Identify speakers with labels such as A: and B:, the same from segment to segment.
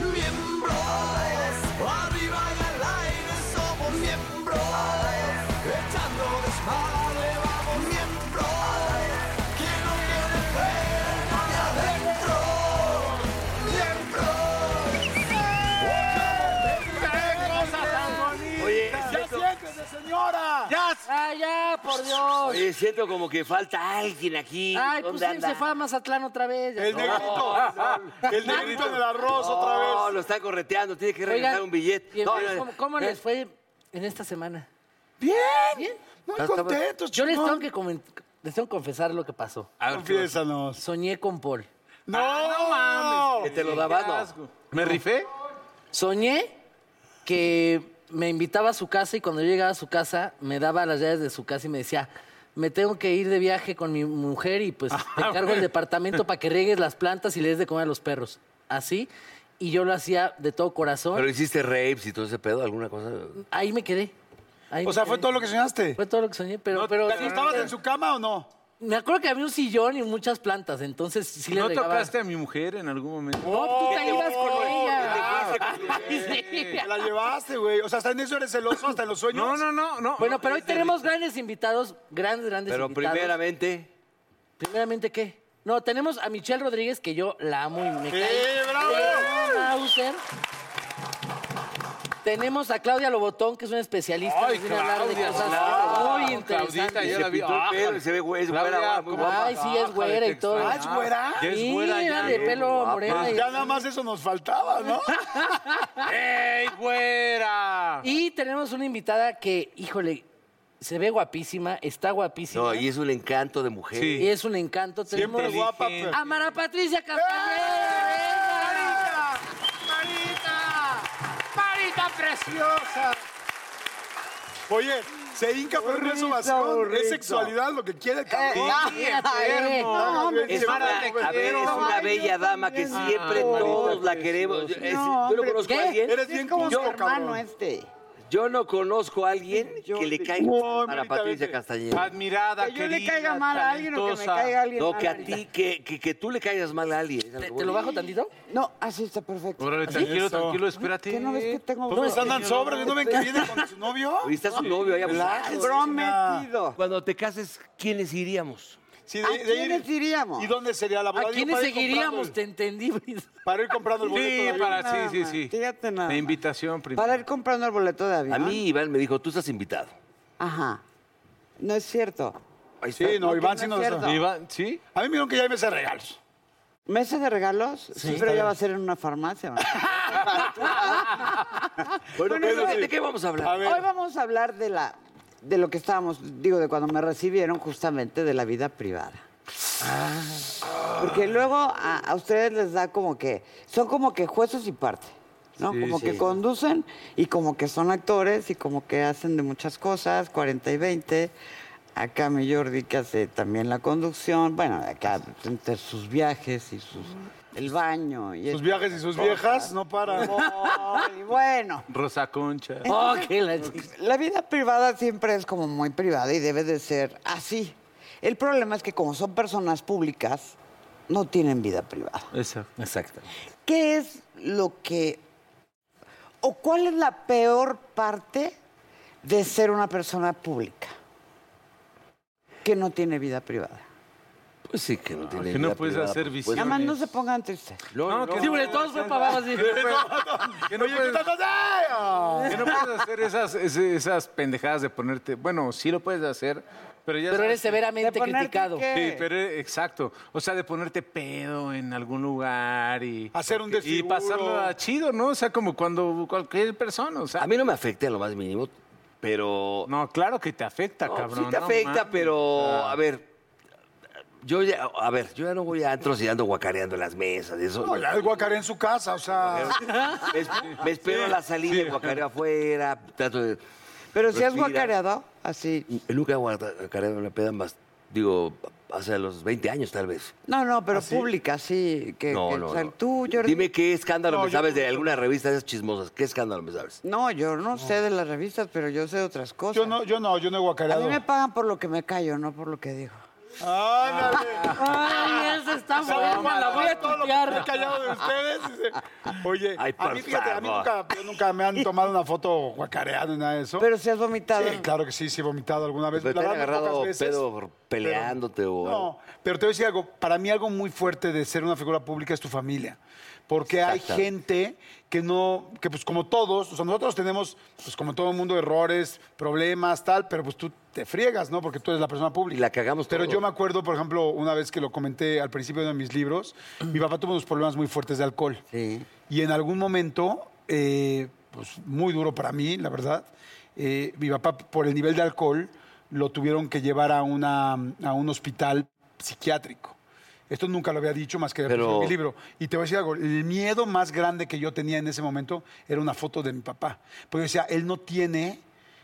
A: Miembros, arriba y al aire somos miembros, echando desmadre vamos miembros, quien no quiere ver para adentro, miembros.
B: Oye,
A: ¡Ya siéntese, señora!
B: ¡Ya!
C: ¡Ay, ya, por Dios!
B: Oye, siento como que falta alguien aquí.
C: Ay, pues
B: ¿Dónde
C: sí,
B: anda?
C: se fue a Mazatlán otra vez. ya
A: El
C: no.
A: negrito, el negrito en el arroz
B: No,
A: otra vez.
B: lo está correteando, tiene que regresar
C: Oigan,
B: un billete.
C: ¿y
B: No,
C: ustedes
B: no,
C: ¿Cómo, cómo
B: eh,
C: les fue en esta semana?
A: Bien,
C: Bien.
A: muy contentos,
C: Yo les tengo
A: chingón. Ah.
C: que, comen- les tengo que confesar lo que pasó.
B: A ver, ¿qué
A: Confiésanos.
C: Soñé con Paul.
A: Ah, No,
B: que te lo dabas, no.
D: ¿Me rifé?
C: Soñé que me invitaba a su casa y cuando yo llegaba a su casa me daba las llaves de su casa y me decía, me tengo que ir de viaje con mi mujer y
A: Ah,
C: pues te encargo el departamento para que riegues las plantas y le des de comer a los perros. Así. Y yo lo hacía de todo corazón.
B: Pero hiciste rapes y todo ese pedo, alguna cosa.
C: Ahí me quedé. Ahí
A: O
C: me
A: sea,
C: quedé.
A: ¿fue todo lo que soñaste?
C: Fue todo lo que soñé, pero... pero sí,
A: ¿Estabas en su cama o no?
C: Me acuerdo que había un sillón y muchas plantas, entonces sí le
D: ¿No
C: regaba-
D: tocaste a mi mujer en algún momento?
E: Oh,
C: No, tú te ibas con ella. Ah. Sí.
A: Te la llevaste, güey. O sea, hasta en eso eres celoso, hasta en los sueños.
D: No, no, no, no.
C: Bueno, pero hoy tenemos grandes invitados, grandes, grandes
B: Pero
C: invitados.
B: primeramente,
C: Primeramente, ¿qué? No, tenemos a Michelle Rodríguez, que yo la amo y me
A: ¡Sí,
C: cae.
A: bravo!
C: de Mauser. Tenemos a Claudia Lobotón, que es una especialista. nos
D: Ay,
C: viene a hablar de
D: Claudia,
C: cosas
D: claro,
C: muy
D: Claudita,
C: interesantes.
D: ya
B: se
D: la vi.
B: pintó el
D: Ah,
B: pelo y se ve güey, es
D: Claudia,
B: güera, guapa, muy
D: ¿cómo
B: guapa.
C: Ay, sí, es
D: Ájale,
C: güera y
D: te
C: todo.
A: ¿Ah, es güera?
D: Ya es güera, ya.
C: de pelo
B: guapa.
C: morena. y-
A: Ya nada más eso nos faltaba, ¿no?
D: ¡Ey, güera!
C: Y tenemos una invitada que, híjole, se ve guapísima, está guapísima.
B: No, y es un encanto de mujer.
D: Sí.
C: Y es un encanto. Tenemos
A: Siempre guapa, pero...
C: a Mara Patricia Castañeda.
A: ¡Marita! ¡Marita preciosa! Oye, se hinca por una subación. Es sexualidad lo que quiere el cabrón.
C: Venga,
A: Eh, no, hombre,
B: Es
A: se
B: una,
A: van a
B: a ver, es una bella dama que siempre todos la queremos. Yo- es- yo no conozco a alguien.
A: Eres bien como
B: Yo-
A: cabrón.
E: este.
B: Yo no conozco a alguien que le caiga
A: Uy,
B: a la
A: Marita,
B: Patricia
A: vete.
B: Castañeda.
D: Admirada,
E: Que yo le
D: querida,
E: caiga mal a alguien o que me
D: talentosa.
E: caiga alguien
B: No,
E: mal
B: que a
E: ahorita.
B: ti, que, que, que tú le caigas mal a alguien. es a lo
C: ¿Te,
B: que
C: te lo
B: voy.
C: bajo tantito?
E: No, así está perfecto.
D: Órale, tranquilo, tranquilo, espérate.
E: ¿Qué no ves que tengo
A: Todos andan sobres, ¿no ven que viene con su novio?
B: Oye, está su novio ahí abusado.
E: Prometido.
B: Cuando te cases, ¿quiénes iríamos?
A: Sí,
E: ¿A quiénes
A: ir-
E: iríamos?
A: ¿Y dónde sería la
C: ¿A
A: boda? Digo,
C: quiénes
A: para ir comprando
C: seguiríamos?
A: el-
C: Te entendí. Brisa.
A: Para ir comprando el boleto. de
D: Sí,
A: avión.
D: para,
E: Nada
D: sí, sí,
E: más,
D: sí.
E: fíjate nada
D: La
E: más.
D: invitación primero.
E: Para ir comprando el boleto de avión.
B: A mí Iván me dijo, tú estás invitado.
E: Ajá. No es cierto.
B: Ahí
A: Sí, no, Iván sí
E: No
A: nos...
E: es cierto.
A: A
D: ¿Y va- ¿Sí?
A: mí me dijeron que ya iba a hacer regalos.
E: ¿Mesa de regalos? Sí, pero ya va a ser en una farmacia. ¿no?
B: Bueno,
A: Bueno,
B: pero
A: sí.
B: ¿de qué vamos a hablar?
A: A ver.
E: Hoy vamos a hablar de la de lo que estábamos, digo, de cuando me recibieron justamente de la vida privada.
A: Ah.
E: Porque luego a, a ustedes les da como que son como que jueces y parte, ¿no? como que conducen y como que son actores y como que hacen de muchas cosas, 40 y 20. Acá mi Jordi que hace también la conducción, bueno, acá entre sus viajes y sus el baño y
A: Sus
E: estas
A: viajes y sus viejas no paran.
E: cosas. Y bueno,
D: Rosa Concha.
C: Oh, qué la chica.
E: la vida privada siempre es como muy privada y debe de ser así. El problema es que como son personas públicas, no tienen vida privada.
D: Exacto.
E: ¿Qué es lo que... o cuál es la peor parte de ser una persona pública que no tiene vida privada?
B: Pues sí, que no tiene
D: Ah, que no
B: vida
D: puedes
B: privada,
D: hacer
B: pues,
D: visión.
E: Nada más no se pongan tristes.
B: No, no, no.
C: Sí, güey, todos fue para abajo así.
D: Que no, puedes, que no puedes hacer esas, ese- esas pendejadas de ponerte. Bueno, sí lo puedes hacer, pero ya.
C: Pero
D: sabes
C: eres
D: que-
C: severamente
E: ¿De ponerte
C: criticado.
E: qué?
D: Sí, pero eh, exacto. O sea, de ponerte pedo en algún lugar y.
A: Hacer un
D: Y
A: desfiguro.
D: pasarlo a chido, ¿no? O sea, como cuando cualquier persona. O sea,
B: A mí no me afecta en lo más mínimo, pero.
D: No, claro que te afecta,
B: No,
D: cabrón.
B: Sí te
D: no
B: afecta,
D: mames.
B: pero
D: O sea,
B: a ver. Yo ya, a ver, yo ya no voy a antros y ando guacareando en las mesas, eso.
A: No, la guacaré en su casa, o sea.
B: Me, es- me espero a la salida, guacareo afuera, trato de.
E: Pero si has
B: Respira.
E: guacareado, así.
B: Nunca he guacareado una peda más, digo, hace los 20 años tal vez.
E: No, no, pero pública, sí. Que,
B: ¿Ah, No,
E: que-
B: no,
E: o sea,
B: no.
E: Tú, Jordi.
B: Dime qué escándalo
A: No,
B: me
A: yo-
B: sabes de alguna revista de esas chismosas. ¿Qué escándalo me sabes?
E: No, yo no, sé de las revistas, pero yo sé de otras cosas.
A: Yo no, yo no, yo no he
E: A
A: guacareado.
E: mí me pagan por lo que me callo, no por lo que digo.
A: Ándale.
C: Ay, esa está
A: ¿Saben
C: buena, Ah. la voy a
A: todo lo que me he
C: tuitear.
A: callado de ustedes? Oye,
B: Ay,
A: a
B: por
A: mí, fíjate, a mí
B: favor.
A: nunca, yo nunca me han tomado una foto guacareando ni nada de eso.
E: Pero si has vomitado.
A: Sí, claro que sí, sí he vomitado alguna vez.
B: Pero te
A: Pues La
B: han
A: verdad, muy
B: agarrado
A: pocas veces,
B: pedo por peleándote o
A: No,
B: algo.
A: pero te voy a decir algo. Para mí algo muy fuerte de ser una figura pública es tu familia. Porque hay
B: Exactamente.
A: gente que no, que pues como todos, o sea, nosotros tenemos, pues como todo el mundo, errores, problemas, tal, pero pues tú te friegas, ¿no? Porque tú eres la persona pública.
B: Y la cagamos
A: Pero
B: todo.
A: yo me acuerdo, por ejemplo, una vez que lo comenté al principio de mis libros,
B: Mm.
A: mi papá tuvo unos problemas muy fuertes de alcohol.
E: Sí.
A: Y en algún momento, eh, pues muy duro para mí, la verdad, eh, mi papá por el nivel de alcohol lo tuvieron que llevar a, una, a un hospital psiquiátrico. Esto nunca lo había dicho más que
B: Pero-
A: en mi libro. Y te voy a decir algo, el miedo más grande que yo tenía en ese momento era una foto de mi papá. Porque yo decía, él no tiene,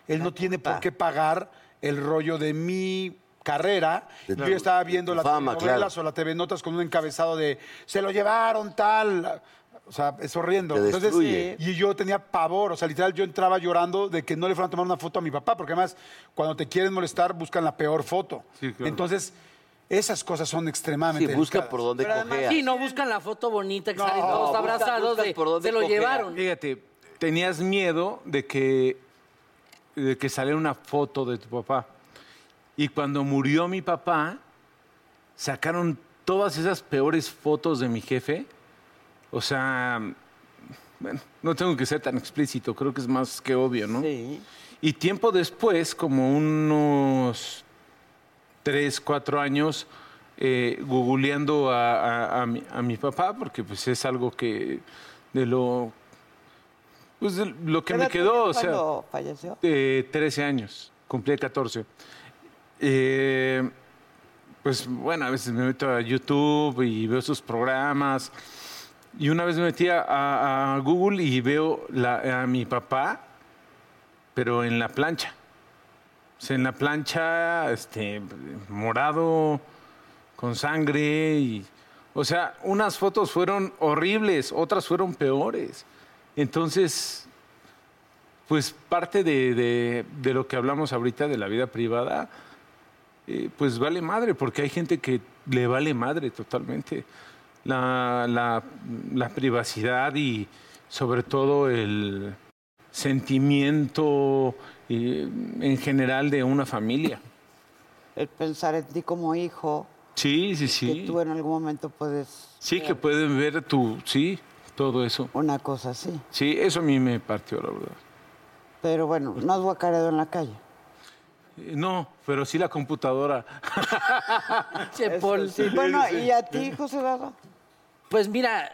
A: él no tiene por qué pagar el rollo de mi carrera.
B: De
A: yo
B: tu-
A: ya estaba
B: de
A: viendo
B: tu
A: las
B: fama,
A: telenovelas
B: claro.
A: o la TV Notas con un encabezado de se lo llevaron, tal. O sea, es horrendo.
B: Te
A: Entonces,
B: destruye.
A: y yo tenía pavor, o sea, literal, yo entraba llorando de que no le fueran a tomar una foto a mi papá, porque además, cuando te quieren molestar, buscan la peor foto.
D: Sí, claro.
A: Entonces, esas cosas son
B: Sí,
A: extremadamente.
B: busca
A: delicadas.
B: por dónde cojeas.
C: Sí, no buscan la foto bonita que salen
A: No,
C: todos
B: busca-
C: abrazados
B: buscas
C: de
B: por dónde
C: se lo
B: cojear.
C: llevaron.
D: Fíjate, tenías miedo de que, de que saliera una foto de tu papá. Y cuando murió mi papá, sacaron todas esas peores fotos de mi jefe. O sea, bueno, no tengo que ser tan explícito, creo que es más que obvio, ¿no?
E: Sí.
D: Y tiempo después, como unos tres, cuatro años, eh, googleando a, a- a mi, a mi papá, porque pues es algo que de lo, pues, de lo que
E: ¿Qué
D: me
E: edad
D: quedó, o
E: tenías
D: sea,
E: cuando falleció?
D: eh, 13 años, cumplí 14. Eh, pues bueno, a veces me meto a YouTube y veo sus programas. Y una vez me metí a, a- a Google y veo la- a mi papá, pero en la plancha. O sea, en la plancha, este, morado, con sangre y. O sea, unas fotos fueron horribles, otras fueron peores. Entonces, pues parte de, de- de lo que hablamos ahorita de la vida privada, eh, pues vale madre, porque hay gente que le vale madre totalmente la, la- la privacidad y sobre todo el sentimiento eh, en general de una familia.
E: El pensar en ti como hijo,
D: Sí, sí,
E: que
D: sí.
E: tú en algún momento puedes
D: Sí, que pueden ver tu, sí, todo eso.
E: una cosa así.
D: Sí, eso a mí me partió, la verdad.
E: Pero bueno, no has guacareado en la calle.
D: Eh, No, pero sí la computadora.
C: Che,
E: Eso
C: Paul.
E: sí. Bueno, ¿y a ti, José Dado?
C: Pues mira,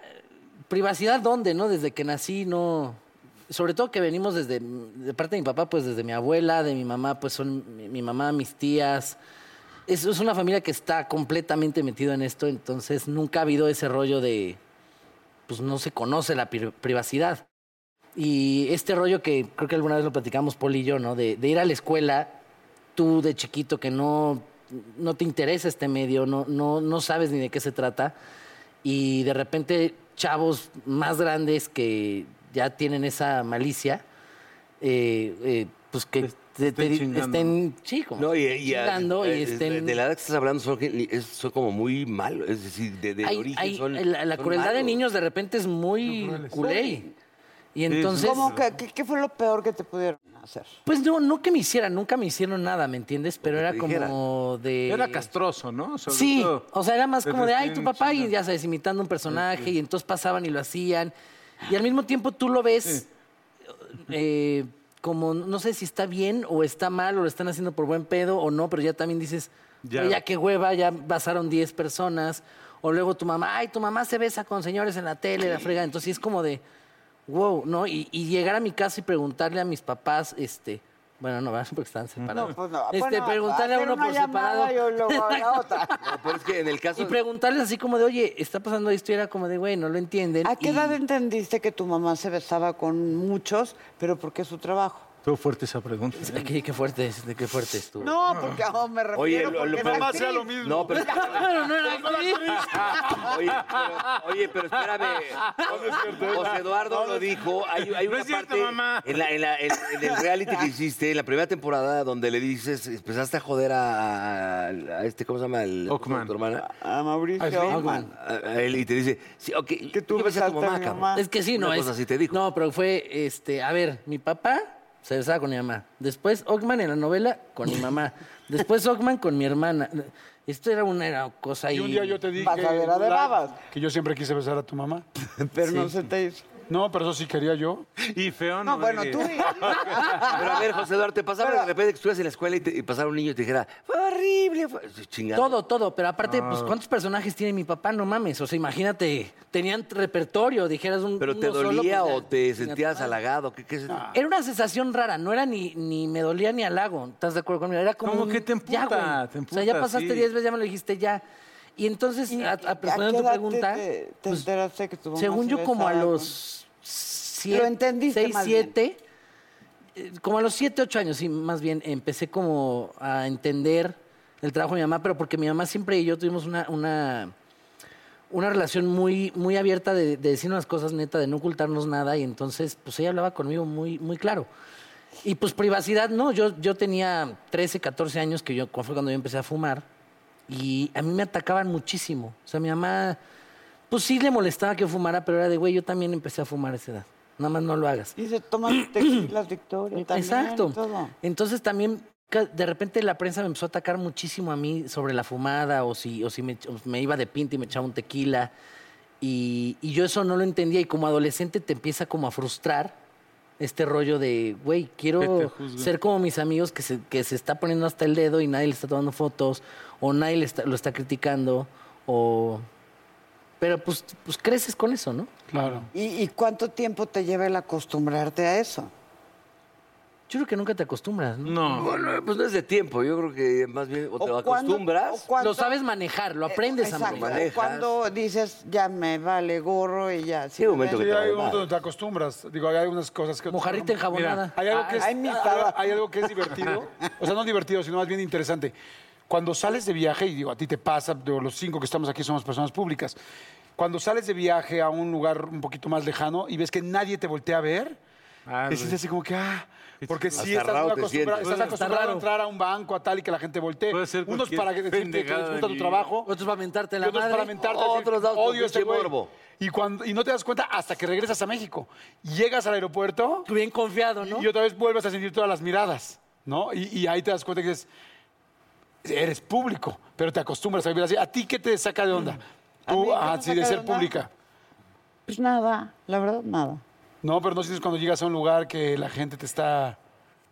C: privacidad dónde, ¿no? Desde que nací, no. Sobre todo que venimos desde, de parte de mi papá, pues desde mi abuela, de mi mamá, pues son mi, mi mamá, mis tías. Es, es una familia que está completamente metida en esto, entonces nunca ha habido ese rollo de, pues no se conoce la pri- privacidad. Y este rollo que creo que alguna vez lo platicamos Paul y yo, ¿no? De, de ir a la escuela, tú de chiquito que no, no te interesa este medio, no, no, no sabes ni de qué se trata y de repente chavos más grandes que ya tienen esa malicia, eh, eh, pues que te- te-
D: estén chingando.
C: estén, sí, como
B: No, y, y-
C: chingando
B: eh,
C: y estén...
B: De la edad que estás hablando son, gen- es- son como muy malos, es decir, de, de
C: Hay-
B: origen
C: hay-
B: son-
C: la la
B: son
C: crueldad de
B: malos.
C: niños de repente es muy culé. Y entonces...
E: ¿Cómo que- qué, qué fue lo peor que te pudieron hacer?
C: Pues no, no que me hicieran, nunca me hicieron nada, ¿me entiendes? Pero era
B: te dijeran.
C: como de...
D: Era castroso, ¿no? Sobre
C: Sí,
D: todo.
C: o sea, era más como de, ay, tu
D: recién
C: papá, y
D: chingado.
C: ya sabes, imitando un personaje, y entonces pasaban y lo hacían. Y al mismo tiempo tú lo ves eh, como, no sé si está bien o está mal, o lo están haciendo por buen pedo o no, pero ya también dices,
D: Ya.
C: "Oye, ya qué hueva, ya pasaron 10 personas. O luego tu mamá, ay, tu mamá se besa con señores en la tele, la frega. Entonces sí es como de, wow, ¿no? Y, y llegar a mi casa y preguntarle a mis papás, este, bueno, no, ¿verdad? porque están separados.
E: No, pues no.
C: Este,
E: Bueno,
C: preguntarle a
E: hacer
C: uno
E: una
C: por
E: llamada
C: separado.
E: Y luego a la otra.
B: No, pero es que en el caso...
C: Y preguntarles así como de, oye, está pasando esto, y era como de, güey, no lo entienden.
E: ¿A qué
C: Y-
E: edad entendiste que tu mamá se besaba con muchos, pero porque es su trabajo?
D: Estuvo fuerte esa pregunta. ¿eh?
C: Qué, qué fuerte, es, qué fuerte estuvo.
E: No, porque oh, me refiero
B: Oye, lo-
E: porque
B: lo-
E: era
B: mamá
E: actriz.
A: hacía lo mismo.
B: No, pero...
C: Claro, no era así.
B: Oye, pero, oye, pero espérame. José Eduardo lo dijo. Hay, hay
D: No
B: una
D: es cierto,
B: parte
D: mamá.
B: En, la- en la- en- en el reality que hiciste, en la primera temporada, donde le dices, empezaste a joder a, a este, ¿cómo se llama? El,
D: Ockman.
B: Tu hermana.
E: A
C: ¿Ah,
E: Mauricio
D: Ay, sí.
E: Ockman.
B: A- a él y te dice, sí, ok,
E: Que tú
B: yo besé a tu
E: besaste a
B: mamá,
E: mi
B: cabrón.
E: mamá.
C: Es que sí, no
B: Una
C: es.
B: cosa así te dijo.
C: No, pero fue, este, a ver, mi papá se besaba con mi mamá. Después Ockman en la novela con mi mamá. Después Ockman con mi hermana. Esto era una era cosa ahí.
A: Y un día yo te dije
E: Pasadera de babas.
A: que yo siempre quise besar a tu mamá.
E: Pero no se te hizo.
A: No, pero eso sí quería yo.
D: Y feo, ¿no?
E: No, bueno,
D: Eh,
E: tú di-
B: Pero a ver, José Eduardo, te pasaba
E: Pero-
B: de repente que estuvieras en la escuela y, te, y pasara un niño y te dijera, fue horrible, fue chingado.
C: Todo, todo, pero aparte, pues,
B: Ah.
C: ¿cuántos personajes tiene mi papá? No mames, o sea, imagínate, tenían repertorio, dijeras un
B: Pero te
C: uno solo,
B: dolía
C: pues,
B: o
C: ya,
B: te
C: ya Ah.
B: sentías
C: estaba.
B: halagado. ¿Qué, qué sentías?
C: Era una sensación rara, no era ni, ni me dolía ni halago, ¿estás de acuerdo conmigo? Era como,
D: Como
C: un,
D: que te
C: ya, güey.
D: emputa, te
C: O sea, ya
D: emputa,
C: pasaste
D: sí.
C: 10 veces, ya me lo dijiste, ya. Y entonces, a, a-
E: ¿A qué
C: respondiendo tu
E: edad te-
C: pregunta,
E: te, te
C: pues,
E: enteraste que tu mamá
C: según
E: se
C: yo como a
E: besaba
C: los
E: Lo
C: 7,
E: entendiste
C: 6,
E: más bien.
C: 7, eh, como a los 7, 8 años, sí, más bien, empecé como a entender el trabajo de mi mamá, pero porque mi mamá siempre y yo tuvimos una... una una relación muy, muy abierta de, de decirnos las cosas neta, de no ocultarnos nada, y entonces, pues ella hablaba conmigo muy, muy claro. Y pues privacidad, no, yo, yo tenía 13, 14 años, que yo, fue cuando yo empecé a fumar, y a mí me atacaban muchísimo. O sea, mi mamá, pues sí le molestaba que yo fumara, pero era de, güey, yo también empecé a fumar a esa edad. Nada más no lo hagas.
E: Y se toman tequilas Victoria también.
C: Exacto.
E: todo.
C: Entonces también ca- de repente la prensa me empezó a atacar muchísimo a mí sobre la fumada o si, o si me, ech- o me iba de pinta y me echaba un tequila. Y, y yo eso no lo entendía y como adolescente te empieza como a frustrar este rollo de, güey,
D: Que te
C: quiero
D: juzguen.
C: ser como mis amigos que se, que se está poniendo hasta el dedo y nadie le está tomando fotos o nadie le está- lo está criticando o... Pero pues, pues creces con eso, ¿no?
A: Claro.
E: ¿Y, y cuánto tiempo te lleva el acostumbrarte a eso?
C: Yo creo que nunca te acostumbras, ¿no?
D: No.
B: Bueno, pues no es de tiempo. Yo creo que más bien o te
E: ¿O cuándo-
B: acostumbras.
E: o cuándo-
C: Lo sabes manejar, lo aprendes a
E: Eh, Exacto.
C: manejar.
B: manejas.
E: Cuando dices, ya me vale gorro y ya.
B: Sí, un momento
E: me
B: que
A: Sí,
E: ven-
B: te-
A: hay un momento donde te acostumbras. Digo, hay algunas cosas que...
C: Mojarrita enjabonada.
A: Hay
B: Ah,
A: algo que es,
E: Ay, mi cara.
A: hay algo que es divertido. O sea, no divertido, sino más bien interesante. Cuando sales de viaje, y digo, a ti te pasa, digo, los cinco que estamos aquí somos personas públicas. Cuando sales de viaje a un lugar un poquito más lejano y ves que nadie te voltea a ver,
D: Ah,
A: te
D: güey.
A: sientes así como que, ah, porque
B: Hasta
A: sí estás,
B: raro
A: muy
B: te
A: acostumbrado,
B: sientes.
A: estás acostumbrado
C: raro.
A: a entrar a un banco, a tal y que la gente voltee.
D: Puede ser
A: Unos
D: cualquier
A: para que decirte que
D: pendejada
A: disfruta
D: de
A: tu
D: mi-
A: trabajo.
C: Otros para mentarte la
A: Y otros
C: madre.
A: para mentarte, decir,
B: Otros dados con
A: odio a este
B: pinche
A: güey.
B: morbo.
A: Y, cuando, y no te das cuenta hasta que regresas a México. Llegas al aeropuerto
C: Bien confiado, ¿no?
A: y otra vez vuelves a sentir todas las miradas, ¿no? Y, y ahí te das cuenta que dices, eres público, pero te acostumbras a vivir así. ¿A ti qué te saca de onda?
E: ¿A mí
A: Tú,
E: qué me
A: así
E: saca
A: de
E: de
A: ser
E: onda?
A: pública.
E: Pues nada, la verdad, nada.
A: No, pero no sientes cuando llegas a un lugar que la gente te está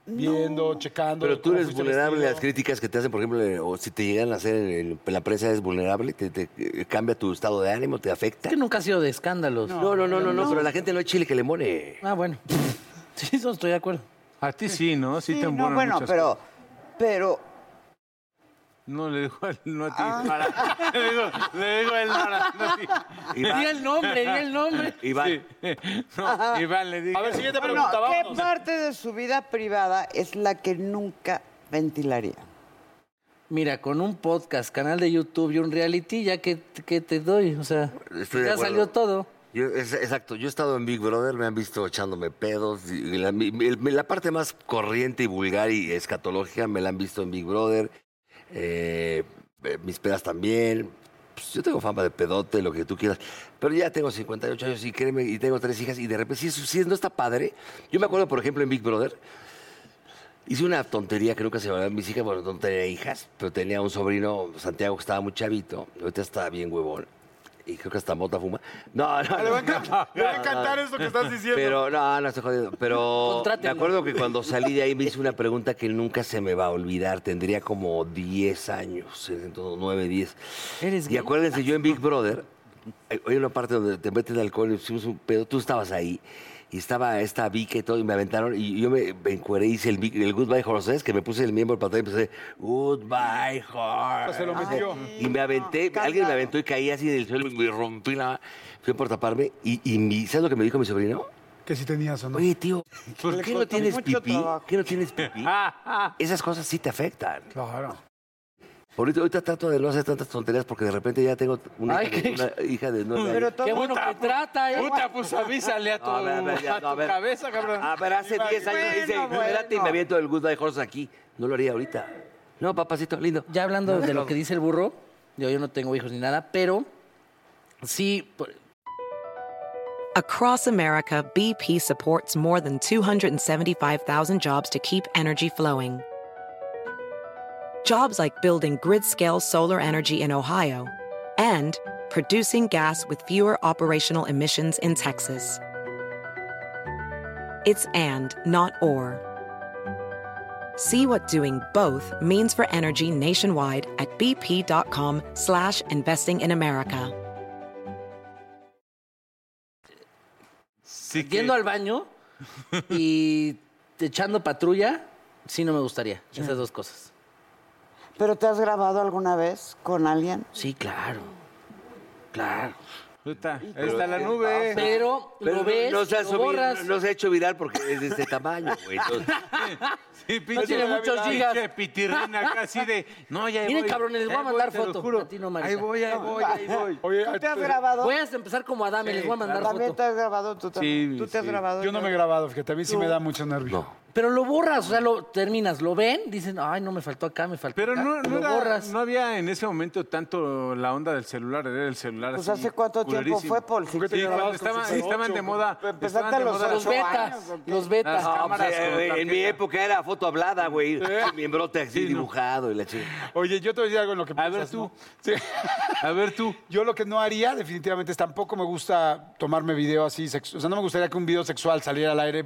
A: viendo, checando.
B: Pero tú
A: cómo
B: eres
A: fuiste
B: vulnerable a las
A: vestido.
B: críticas que te hacen, por ejemplo, eh, o si te llegan a hacer en, en la prensa, es vulnerable, te, te, eh, cambia tu estado de ánimo, te afecta.
C: Es que nunca ha sido de escándalos.
B: No, no, no, no, no, pero la gente no es chile que le mone.
C: Ah, bueno. Sí, eso estoy de acuerdo.
D: A ti sí, ¿no? Sí, te
E: no,
D: embonan
E: bueno,
D: muchas
E: pero, pero
D: No, le dijo al no a ti.
E: Ah.
D: Nora. Le dijo, le dijo a él Nora, no a ti.
C: Di
B: Iván,
C: el nombre, di el nombre.
B: Iván,
D: Sí. No, Iván le dijo.
A: A ver, siguiente
E: Bueno,
A: pregunta,
E: Ah, ¿qué
A: vámonos.
E: parte de su vida privada es la que nunca ventilaría?
C: Mira, con un podcast, canal de YouTube y un reality, ya que, que te doy, o sea,
B: Estoy de
C: ya
B: acuerdo.
C: salió todo.
B: yo- es- exacto, yo he estado en Big Brother, me han visto echándome pedos, y la, mi- mi- la parte más corriente y vulgar y escatológica me la han visto en Big Brother, eh, eh, mis pedas también, pues, yo tengo fama de pedote, lo que tú quieras, pero ya tengo 58 años y créeme, y tengo tres hijas, y de repente, si eso si no está padre, yo me acuerdo, por ejemplo, en Big Brother, hice una tontería que nunca se me olvidó. mis hijas, bueno, no tenía hijas, pero tenía un sobrino, Santiago, que estaba muy chavito, ahorita está bien huevón, y creo que hasta mota fuma. No, no,
A: Le va a
B: no,
A: encantar, le va a encantar esto que estás diciendo.
B: pero no, no estoy jodiendo. Pero me
C: Contrátenlo.
B: acuerdo que cuando salí de ahí me hice una pregunta que nunca se me va a olvidar. Tendría como 10 años, en todo, 9, 10.
C: ¿Eres
B: y
C: gay?
B: acuérdense, yo en Big Brother, hay hay una parte donde te meten alcohol y pusimos un pedo. Tú estabas ahí. Y estaba esta Vicky y todo, y me aventaron, y yo me, me encueré, hice el, Vic- el Goodbye Horses, que me puse el miembro para atrás y empecé, Goodbye Horses.
A: Pues Se lo metió.
B: Y me aventé,
E: Cantado.
B: alguien me aventó y caí así del suelo y me rompí la... Fui por taparme y, y mi- ¿sabes lo que me dijo mi sobrino?
A: Que si tenías o no.
B: Oye, tío, ¿por
E: Le
B: qué no
E: costó
B: tienes
E: mucho
B: pipí?
E: trabajo.
B: ¿Qué no tienes pipí? Esas cosas sí te afectan.
A: Claro.
B: Por ahorita, ahorita trato de no hacer tantas tonterías porque de repente ya tengo una,
C: Ay,
B: hija, de,
C: qué-
B: una hija de nueve años.
E: Pero todo
C: Qué bueno que trata, ¿eh?
D: Puta, pues avísale a tu,
B: No, a ver, a ver, ya,
D: a
B: no, a
D: tu
B: ver.
D: cabeza, cabrón.
B: A ver, hace 10 años me dice,
E: Bueno,
B: espérate y
E: bueno.
B: me aviento el Goodbye Horse aquí. No lo haría ahorita. No, papacito, lindo.
C: Ya hablando de lo que dice el burro, yo, yo no tengo hijos ni nada, pero sí, por-
F: Across America, BP supports more than 275,000 jobs to keep energy flowing. Jobs like building grid scale solar energy in Ohio and producing gas with fewer operational emissions in Texas. It's and, not or. See what doing both means for energy nationwide at bp.com slash investing in America.
D: Sí que-
C: yendo al baño y echando patrulla, sí no me gustaría. Esas dos cosas.
E: ¿Pero te has grabado alguna vez con alguien?
C: Sí, claro. Claro.
D: Puta, ahí está la nube.
C: Pero,
B: Pues, Pero
C: lo ves,
B: no, no se ha
C: lo
B: subido-
C: borras.
B: no se ha hecho viral porque es de este tamaño, güey. Entonces,
D: Sí,
C: No tiene muchos
D: pinche
C: gigas.
D: pitirrina acá así de. No, ya ahí
C: Miren,
D: voy.
C: cabrones, les voy a
D: Ahí
C: mandar
D: te lo
C: foto.
D: juro.
C: A ti no, Marisa.
D: Ahí voy, ahí voy, ahí voy.
A: Oye, pues,
E: ¿Tú te has
A: tú-
E: grabado?
C: Voy a empezar como Adame, les voy a mandar
E: ¿También
C: foto.
E: te has grabado tú también?
D: Sí,
E: ¿Tú te has
D: sí.
E: grabado?
A: yo no me he grabado, fíjate, a mí sí me da mucho nervio.
B: no.
C: Pero lo borras, o sea, lo terminas, lo ven, dicen, ay, no me faltó acá, me faltó
D: Pero
C: acá",
D: no, no,
C: lo
D: era-
C: borras.
D: no había en ese momento tanto la onda del celular, era el celular
E: Pues
D: así,
E: hace cuánto tiempo
D: culerísimo.
E: fue, Paul. Si
A: ¿Por qué te
D: Sí,
A: grababas
D: cuando
A: con
D: estaban,
A: sus ocho,
D: estaban de
A: con-
D: moda.
E: empezaste
D: estaban
E: a
D: de
E: Pues los
D: moda
C: los
E: ocho
C: betas,
E: años, ¿o qué?
C: los betas.
D: Ah,
B: No, pues,
D: cámaras
B: eh,
D: con
B: güey, en mi
D: tarjeta.
B: época era foto hablada, güey. El Miembrote así
D: Sí, no.
B: dibujado y la chica.
A: Oye, yo te voy a decir algo en lo que
D: A ver
A: piensas,
D: tú.
A: ¿no? Sí.
D: A ver tú.
A: Yo lo que no haría, definitivamente, es tampoco me gusta tomarme video así. sex- O sea, no me gustaría que un video sexual saliera al aire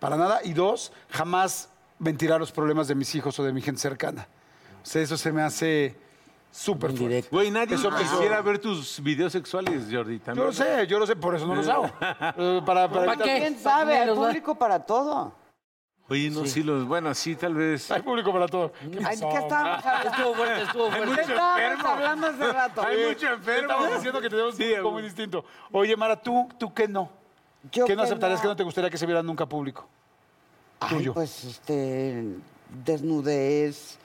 A: para nada. Y dos, jamás ventilar los problemas de mis hijos o de mi gente cercana. O sea, eso se me hace súper fuerte.
D: Güey, nadie
A: Eso- eso-
D: quisiera ver tus videos sexuales, Jordi.
A: Yo
D: También.
A: lo sé, yo lo sé, por eso no los hago. Eh, Para, para
C: ¿Para
A: evitar-
C: qué?
E: ¿Quién sabe? Hay
C: Los va-
E: público para todo.
D: Oye, no, sí. los. Bueno, sí, tal vez.
A: Hay público para todo.
E: Ay, ¿Qué estábamos
A: Ah,
E: hablando?
C: Estuvo fuerte, estuvo
E: ¿Qué
C: fuerte.
E: estábamos hablando hace rato?
A: Hay mucho enfermo. Estamos diciendo que tenemos un
D: Sí,
A: público muy distinto. Oye, Mara, ¿tú, tú qué no?
E: Yo
A: ¿Qué no
E: que
A: aceptarías que no te gustaría que se viera nunca público?
E: Ay,
A: tuyo?
E: Pues, este, desnudez.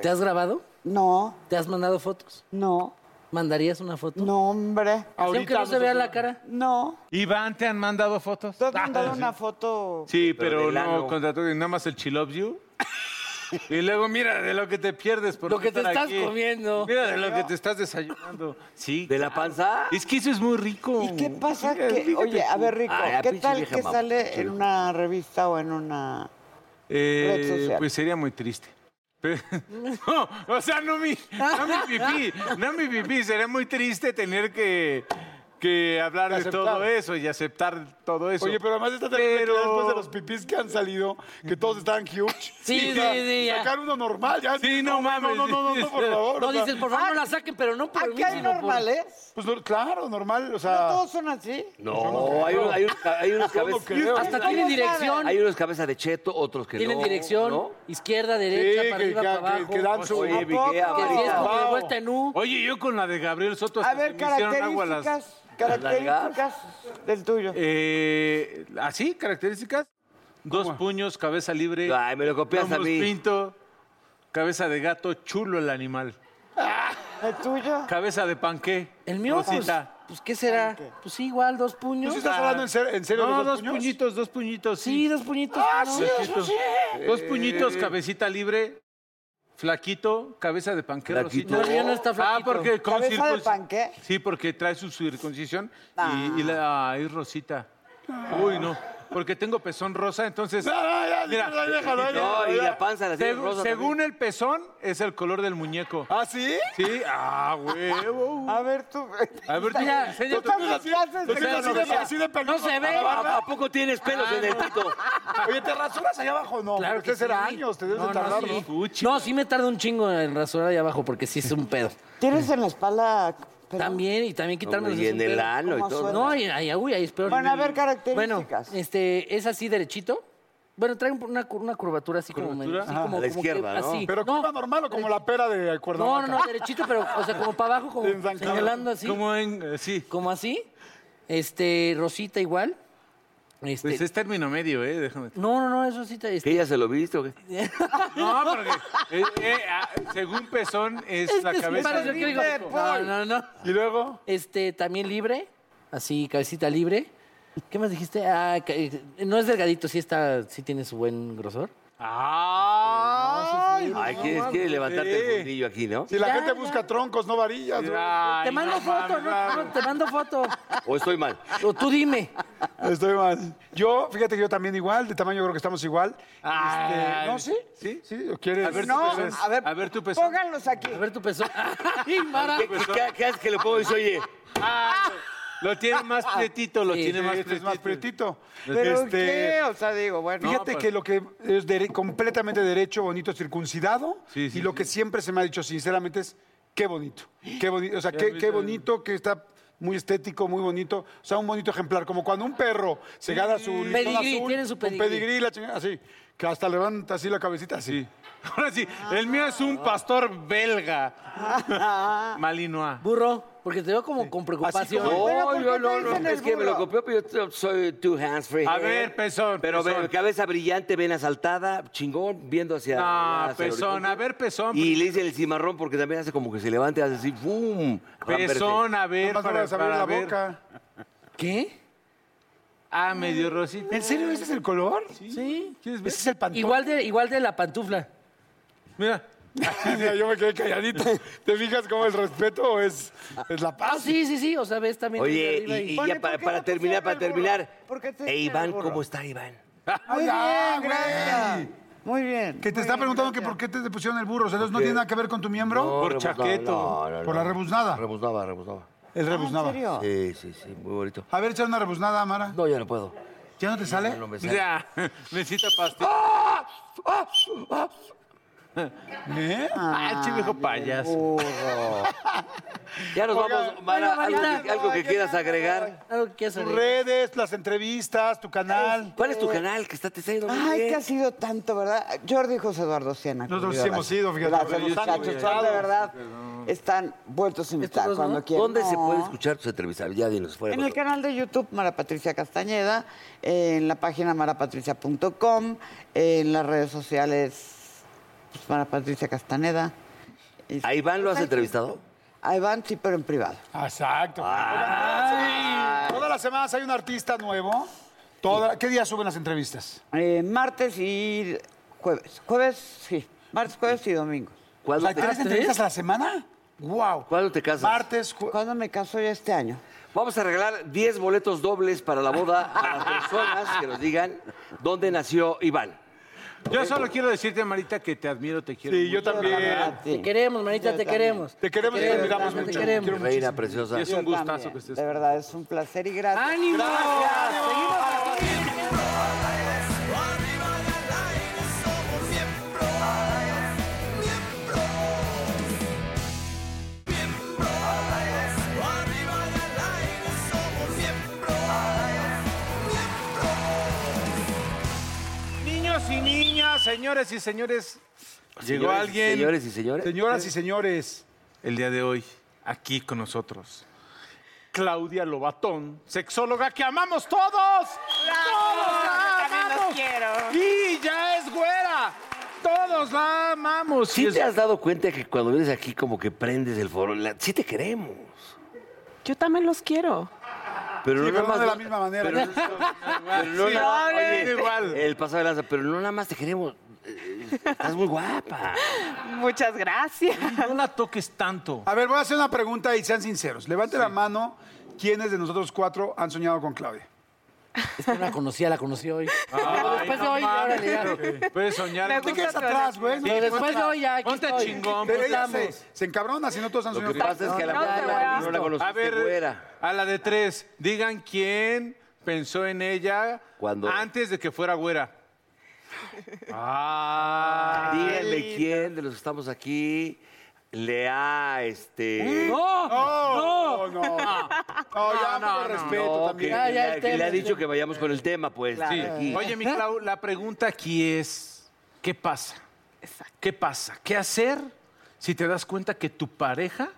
C: ¿Te has grabado?
E: No,
C: ¿Te has mandado fotos?
E: no,
C: ¿Mandarías una foto?
E: no, hombre.
C: Así, aunque
A: Ahorita
C: no
A: no
C: se
A: se
C: vea
A: puede.
C: la cara.
E: No.
D: Iván, ¿te han mandado fotos? Ah,
E: ¿Tú has
A: Ah,
E: mandado una foto?
D: Sí,
B: Pero
D: pero,
B: del
D: no
B: ano.
D: contra todo, nada más el She Loves You. Y luego mira de lo que te pierdes por
C: Lo
D: no
C: que te
D: estar
C: estás
D: aquí.
C: comiendo.
D: Mira de lo que te estás desayunando. Sí.
B: ¿De la panza?
D: Es que eso es muy rico.
E: ¿Y qué pasa?
D: Mm. Fíjate,
E: que,
D: fíjate
E: oye, a
D: tú.
E: ver, Rico,
B: Ay, a
E: ¿qué
B: pinche
E: tal
B: vieja
E: que
B: mamá,
E: sale en
B: chido.
E: una revista o en una...?
D: Eh,
E: Red social.
D: pues sería muy triste. Pero- No, o sea, no mi, no mi pipí, no mi pipí. Sería muy triste tener que, que hablar de
A: Aceptar.
D: todo eso y aceptar todo eso.
A: Oye, pero además está terrible que
D: Pero-
A: ya después de los pipis que han salido, que todos están huge.
C: Sí,
A: y
C: sí,
A: sa-
C: sí, ya.
A: Sacar uno normal, ya.
D: Sí, no mames.
A: No, no, no, no, por favor.
C: No
A: o sea,
C: dices, por favor, no la saquen, pero no por mí,
E: Aquí Ah, hay
C: sino por-
E: normales.
A: Pues no, claro, normal, o
E: ¿No
A: sea.
E: todos son así?
B: No, hay, unos- hay unos- hay unos
A: Yo no
B: cabezas.
A: creo.
C: Hasta
E: ¿Cómo
C: tienen
E: saben?
C: dirección.
B: Hay unos cabezas de cheto, otros que
C: Tienen
B: no.
C: dirección.
B: ¿no?
C: Izquierda,
A: Sí,
C: derecha,
A: que,
C: para arriba,
A: que-
C: para
A: que-
C: abajo. pues,
A: que dan su.
B: Oye,
E: ¿A
B: vi
E: poco?
B: que
C: Que si es
B: ahorita-
C: como de
A: Wow.
C: vuelta en U.
D: Oye, yo con la de Gabriel Soto
E: A
D: hasta
E: ver,
D: se pues, me hicieron agua las-
E: características, características del tuyo.
D: Eh, ¿Así? ¿Características? Dos puños, cabeza libre.
B: Ay, me lo copias a
D: lomos
B: mí.
D: pinto, cabeza de gato, chulo el animal.
E: ¿El tuyo?
D: Cabeza de panqué.
C: El mío, pues,
D: Rosita.
C: pues, ¿qué será? Pues sí, igual, dos
A: ¿Tú
C: puños.
A: Pues sí estás hablando en serio, en serio de
D: No,
A: los
D: dos
A: puños? Ah, pues,
D: puñitos, dos puñitos.
C: Sí, dos puñitos. ¿no?
D: Dos puñitos, cabecita libre. Flaquito, cabeza de panquero.
B: Flaquito.
C: No, el mío no está
D: Ah,
C: flaquito.
D: porque con
E: ¿Cabeza de
D: circunc-
E: pan qué?
D: Sí, porque trae su circuncisión y-
E: Ah.
D: y, la ay, rosita. Uy, no. Porque tengo pezón rosa, entonces. Mira,
B: No, y la panza la tiene
D: segu-
B: rosa
D: según el pezón, es el color del muñeco.
A: ¿Ah, sí?
D: Sí, ah, huevo.
E: A ver tú.
D: A ver, tú,
C: Mira,
D: enseña
A: ¿Tú
D: tu-
A: tienes así, tú
E: clases de
A: tienes así de,
D: cabeza.
A: así de peludo
C: No se ve.
A: a la
D: Ah,
A: barba?
B: ¿A, a poco tienes pelos en el pito?
A: Oye, ¿te rasuras allá abajo o no?
C: Claro
A: Porque
C: que sí.
A: será Pues años, te debes
D: No,
A: de
D: no,
A: tardar,
D: sí.
A: ¿no?
D: Uchi.
C: No, sí me tarda un chingo en rasurar ahí abajo porque sí es un pedo.
E: Tienes en la espalda. pero-
C: También, y también quitarme
B: Hombre, y en el ano y
E: ¿Cómo
B: todo.
E: suena?
C: No, ay, ay, uy, ahí es peor.
E: Bueno, a ver,
C: Bueno,
E: características.
C: este, es así derechito. Bueno, trae un- una, cur- una curvatura así
D: ¿Curvatura?
C: como... así
B: Ajá.
C: como-
B: A la
C: como
B: izquierda, ¿no?
C: así.
A: Pero ¿cómo normal o como la pera de
C: No,
A: Cuernavaca?
C: no, no, derechito, pero, o sea, como para abajo, como
A: Enzancado.
C: señalando así.
D: Como en. eh, sí.
C: Como así. Este, Rosita igual. Este,
D: Pues es término medio, ¿eh? Déjame.
C: No, no, no, es Rosita.
B: ¿Que
C: Este,
B: ella se lo viste o qué?
D: No, porque. eh, eh, ah, según pezón, es
C: este
D: la
C: sí
D: cabeza.
C: parece que digo, No, no, no.
D: Y luego.
C: Este, también libre. Así, cabecita libre. ¿Qué más dijiste? Ah, ca- eh, no es delgadito, sí está, sí tiene su buen grosor.
D: ¡Ah!
B: Ay, quieres, quieres levantarte el fundillo aquí, ¿no?
A: Si la
C: Ya,
A: gente
C: ya.
A: busca troncos, no varillas. güey.
C: te mando foto, no, no, te mando foto.
B: ¿O estoy mal?
C: O tú dime.
A: Estoy mal. Yo, fíjate que yo también igual, de tamaño creo que estamos igual.
D: Ay.
A: Este, ¿No, sí?
D: ¿Sí?
A: ¿Sí? ¿O quieres?
D: A ver, pues,
E: No,
D: tu pezón.
E: a ver,
D: A ver tu pezón.
E: pónganlos aquí.
C: A ver tu peso. Ay, Mara.
B: ¿Qué, qué- qué haces que le pongo y dice, oye,
D: Lo tiene más prietito, lo
C: Ah, Sí,
D: tiene
A: Sí,
D: más
A: este es
D: prietito.
A: más pretito.
E: ¿Pero qué? O sea, digo, bueno.
A: Fíjate
D: No, pues.
A: que lo que es dere- completamente derecho, bonito, circuncidado,
D: Sí, sí,
A: y lo
D: sí.
A: que siempre se me ha dicho sinceramente es, qué bonito, qué bonito, o sea, qué,
D: mí
A: qué
D: también.
A: bonito, que está muy estético, muy bonito, o sea, un bonito ejemplar, como cuando un perro se gana su listón
C: Pedigrí,
A: azul,
C: tiene su
A: con
C: pedigrí.
A: pedigrí, la chingada, así, que hasta levanta así la cabecita, así.
D: Sí. Ahora sí, el mío es un pastor belga.
C: Ah.
D: Malinois.
C: Burro, porque te veo como con preocupación.
D: "Oh,
A: como-
E: Pero, ¿por
B: no,
E: qué
B: yo
E: te
B: no,
E: dicen
B: no,
E: el
B: es que me
E: burro?
B: lo copió, pero yo soy two hands free.
D: A ver, pezón,
B: Pero
D: pezón.
B: ve- cabeza brillante, ven asaltada, chingón, viendo hacia.
D: Ah,
B: hacia el
D: pezón,
B: horizonte.
D: a ver, pezón.
B: Y le dicen el cimarrón porque también hace como que se levante, hace así, ¡bum!
D: Pezón, a ver,
A: Nomás no
D: para,
A: vas a abrir
D: para
A: la
D: ver.
A: boca.
C: ¿Qué?
D: Ah, medio rosita.
A: ¿En serio ese es el color?
C: Sí.
A: ¿Quieres ver? Ese es el pantón.
C: Igual de, igual de la pantufla.
D: Mira.
A: Mira, yo me quedé calladito. ¿Te fijas cómo el respeto es, es la
C: Ah,
A: paz?
C: sí, sí, sí. O sea, ves también.
B: Oye, y,
C: arriba
B: y
C: y-
E: Oye,
B: ya
E: ¿por
B: para,
E: qué
B: para
E: no
B: terminar,
E: pusieron
B: para
E: el burro?
B: terminar.
E: ¿Por qué te
B: E
E: hicieron el
B: Iván,
E: burro?
B: ¿cómo está Iván?
E: Muy
A: Ah,
E: bien, gracias. Muy bien.
A: Que te está preguntando que por qué te pusieron el burro. O sea, entonces no tiene nada que ver con tu miembro.
B: No,
D: Por
B: rebus-
D: chaqueto.
B: no, no, no.
A: Por la rebuznada.
B: Rebuznaba, rebuznaba.
A: El rebuznaba.
E: ¿En serio?
B: Sí, sí, sí, muy bonito.
A: A ver, echar una rebuznada, Mara.
B: No, ya no puedo.
A: ¿Ya no te sale?
B: No me sale.
D: Ya. Necesita pastilla.
A: ¡Ah! ¿Eh?
D: Ah, el chico payaso.
B: Ya nos
A: Oiga,
B: vamos, Mara.
C: bueno,
B: algo
C: banda.
B: que- algo que quieras agregar.
C: Algo que quieras
A: Tus
C: agregar.
A: redes, las entrevistas, tu canal.
B: ¿Cuál es tu canal que está te está yendo muy
E: Ay,
B: bien?
E: que ha sido tanto, ¿verdad? Jordi y José Eduardo Siena.
A: Nosotros
E: conmigo,
A: sí hemos
E: gracias.
A: ido, fíjate,
E: Gracias,
A: pero yo
E: muchachos.
A: estoy
E: Son de
A: muy
E: verdad, están vueltos a invitar
C: dos no?
E: cuando quieran.
B: ¿Dónde se
E: No.
B: puede escuchar tus entrevistas? Ya dinos fuera.
E: En el canal de YouTube Mara Patricia Castañeda, en la página marapatricia.com, en las redes sociales pues, Mara Patricia Castañeda. Y-
B: ¿A Iván lo has entrevistado?
E: A Iván sí, pero en privado.
A: Exacto. Oigan, Todas las semanas hay un artista nuevo. Toda- ¿Qué día suben las entrevistas?
E: Eh, martes y jueves. Jueves, sí. Martes, jueves y domingos.
A: O
B: ¿Cuándo
A: sea,
B: te,
A: ¿Tres entrevistas a la semana? ¡Wow!
B: ¿Cuándo te casas?
A: Martes, ju-
E: ¿Cuándo me caso ya este año?
B: Vamos a regalar 10 boletos dobles para la boda a las personas que nos digan dónde nació Iván.
D: Yo solo quiero decirte, Marita, que te admiro, te quiero.
A: Sí, yo
D: mucho.
A: también.
E: Sí.
C: Te queremos, manita, te queremos.
A: Te queremos y te admiramos
C: Te
A: mucho.
C: queremos.
A: Quiero
B: Reina preciosa.
D: Es un
E: Yo también.
D: gustazo que estés.
E: De verdad, es un placer y gracias.
C: ¡Ánimo! Seguimos
D: Niños y niñas, señores y señores, llegó
B: Señores y
D: alguien
B: Señores y señores.
A: Señoras y señores,
D: el día de hoy aquí con nosotros. Claudia Lobatón, sexóloga que amamos todos. Todos la amamos. Y ya es güera. Todos la amamos. Y
B: ¿Sí
D: es-
B: te has dado cuenta que cuando vienes aquí como que prendes el foro? La- Sí te queremos.
G: Yo también los quiero.
B: Pero
A: Sí,
B: no
A: pero
B: nada más.
A: no de la misma manera.
B: Pero no- pero no
D: Sí,
B: nada-
D: no,
B: oye,
D: igual.
B: El pasado de lanza, pero no nada más te queremos. eh, estás muy guapa.
G: Muchas gracias.
D: No la toques tanto.
A: A ver, voy a hacer una pregunta y sean sinceros. Levante la mano. ¿Quiénes de nosotros cuatro han soñado con Claudia?
C: Es que no la conocía, la conocí hoy.
D: Ah,
C: Pero después de hoy,
D: mames.
C: órale, ya.
D: Puedes soñar.
G: Me
D: en
A: ¿Tú
G: gusta
A: qué
D: cosas-
G: tu
A: atrás, güey?
C: Pero
A: te
C: después de hoy, ya, aquí
D: Ponte
C: estoy.
D: chingón,
A: Pero
D: pues,
A: ella
D: estamos.
A: se, se encabrona si no todos han
B: Lo
A: soñado
B: que pasa es que a la
G: No te
B: verdad
G: veas.
B: no la conociste
D: A ver,
B: güera.
D: a la de tres, digan quién pensó en ella
B: Cuando-
D: antes de que fuera güera. Ah,
B: Díganle quién de los que estamos aquí le ha este.
C: ¡No!
D: Oh,
A: No, no, no. No, ya no, respeto
B: Ah, No, que,
A: también.
C: Ya, ya,
B: que-
C: el
B: que le
C: tema,
B: ha
C: el
B: dicho
C: tema.
B: que vayamos con el tema, pues.
D: sí.
B: aquí.
D: Oye, mi Clau, la pregunta aquí es, ¿qué pasa? ¿Qué pasa? ¿Qué hacer si te das cuenta que tu pareja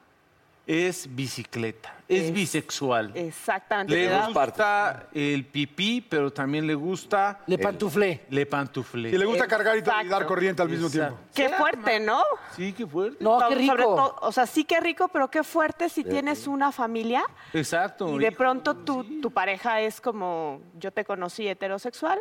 D: es bicicleta, es,
G: Es-
D: bisexual?
G: Exactamente.
D: Le
G: te da-
D: gusta el pipí, pero también le gusta...
C: Le pantuflé.
D: Le pantufle.
A: Y le gusta cargar y, tra- y dar
G: Exacto.
A: corriente al mismo tiempo.
G: Qué fuerte, ¿no?
D: Sí, qué fuerte.
C: No, Oh, qué
G: So- sobre
C: rico.
G: todo- o sea, sí qué rico, pero qué fuerte si tienes una familia
D: Exacto.
G: y de
D: hijo.
G: pronto tu, tu pareja es como, yo te conocí heterosexual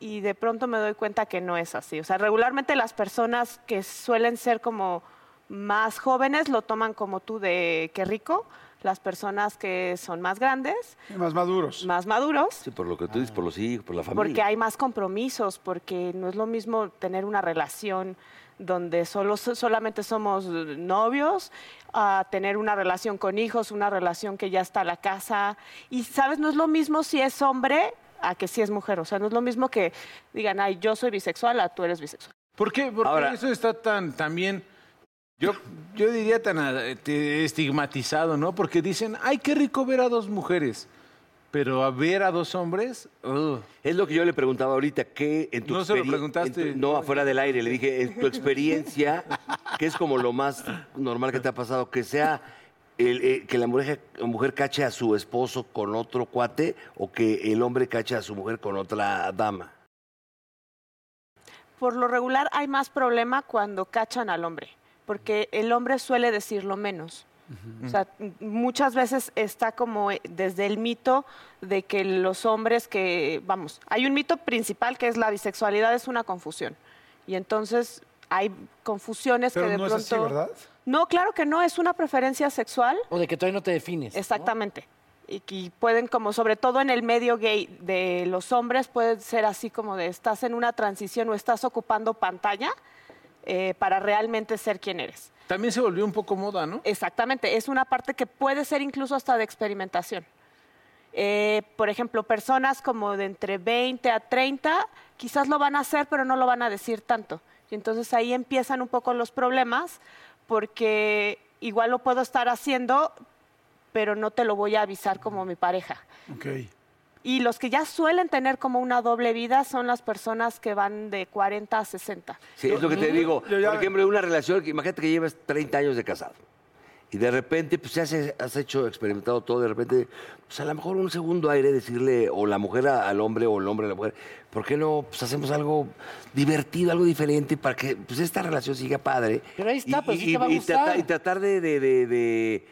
G: y de pronto me doy cuenta que no es así. O sea, regularmente las personas que suelen ser como más jóvenes lo toman como tú de qué rico, las personas que son más grandes,
A: Y más maduros.
G: más maduros,
B: Sí, por lo que tú dices, por los hijos, por la familia.
G: porque hay más compromisos, porque no es lo mismo tener una relación donde solo, solamente somos novios, a tener una relación con hijos, una relación que ya está la casa. Y, ¿sabes? No es lo mismo si es hombre a que si es mujer. O sea, no es lo mismo que digan, ay, yo soy bisexual, a tú eres bisexual.
D: ¿Por qué, por qué
B: Ahora-
D: eso está tan también? Yo, yo diría tan eh, te- estigmatizado, ¿no? Porque dicen, ay, qué rico ver a dos mujeres. Pero a ver a dos hombres, ugh.
B: Es lo que yo le preguntaba ahorita, ¿qué en tu
D: No se lo
B: experi-
D: preguntaste.
B: en tu- no, afuera del aire, le dije, en tu experiencia, que es como lo más normal que te ha pasado, que sea el, eh, que la mujer, mujer cache a su esposo con otro cuate o que el hombre cache a su mujer con otra dama.
G: Por lo regular hay más problema cuando cachan al hombre, porque el hombre suele decirlo menos. O sea, m- muchas veces está como eh, desde el mito de que los hombres que, vamos, hay un mito principal que es la bisexualidad es una confusión. Y entonces hay confusiones
A: Pero
G: que de
A: no es
G: pronto...
A: así, ¿verdad?
G: No, claro que no, es una preferencia sexual
C: O de que todavía no te defines. ¿no?
G: Exactamente. Y que pueden, como sobre todo en el medio gay de los hombres, puede ser así como de estás en una transición o estás ocupando pantalla eh, para realmente ser quien eres.
D: también se volvió un poco moda, ¿no?
G: Exactamente, es una parte que puede ser incluso hasta de experimentación. Eh, por ejemplo, personas como de entre 20 a 30 quizás lo van a hacer, pero no lo van a decir tanto. Y entonces ahí empiezan un poco los problemas porque igual lo puedo estar haciendo, pero no te lo voy a avisar como mi pareja.
A: Ok.
G: Y los que ya suelen tener como una doble vida son las personas que van de 40 a 60.
B: Sí, es lo que te digo.
A: yo ya-
B: Por ejemplo, una relación, que, imagínate que llevas 30 años de casado y de repente pues, ya se- has hecho, experimentado todo, de repente, pues a lo mejor un segundo aire decirle o la mujer a- al hombre o el hombre a la mujer, ¿por qué no pues, hacemos algo divertido, algo diferente para que pues, esta relación siga padre?
C: Pero ahí está,
B: Y-
C: pues,
B: y,
C: sí te va a
B: y trata-
C: gustar.
B: y tratar de... de- de- de-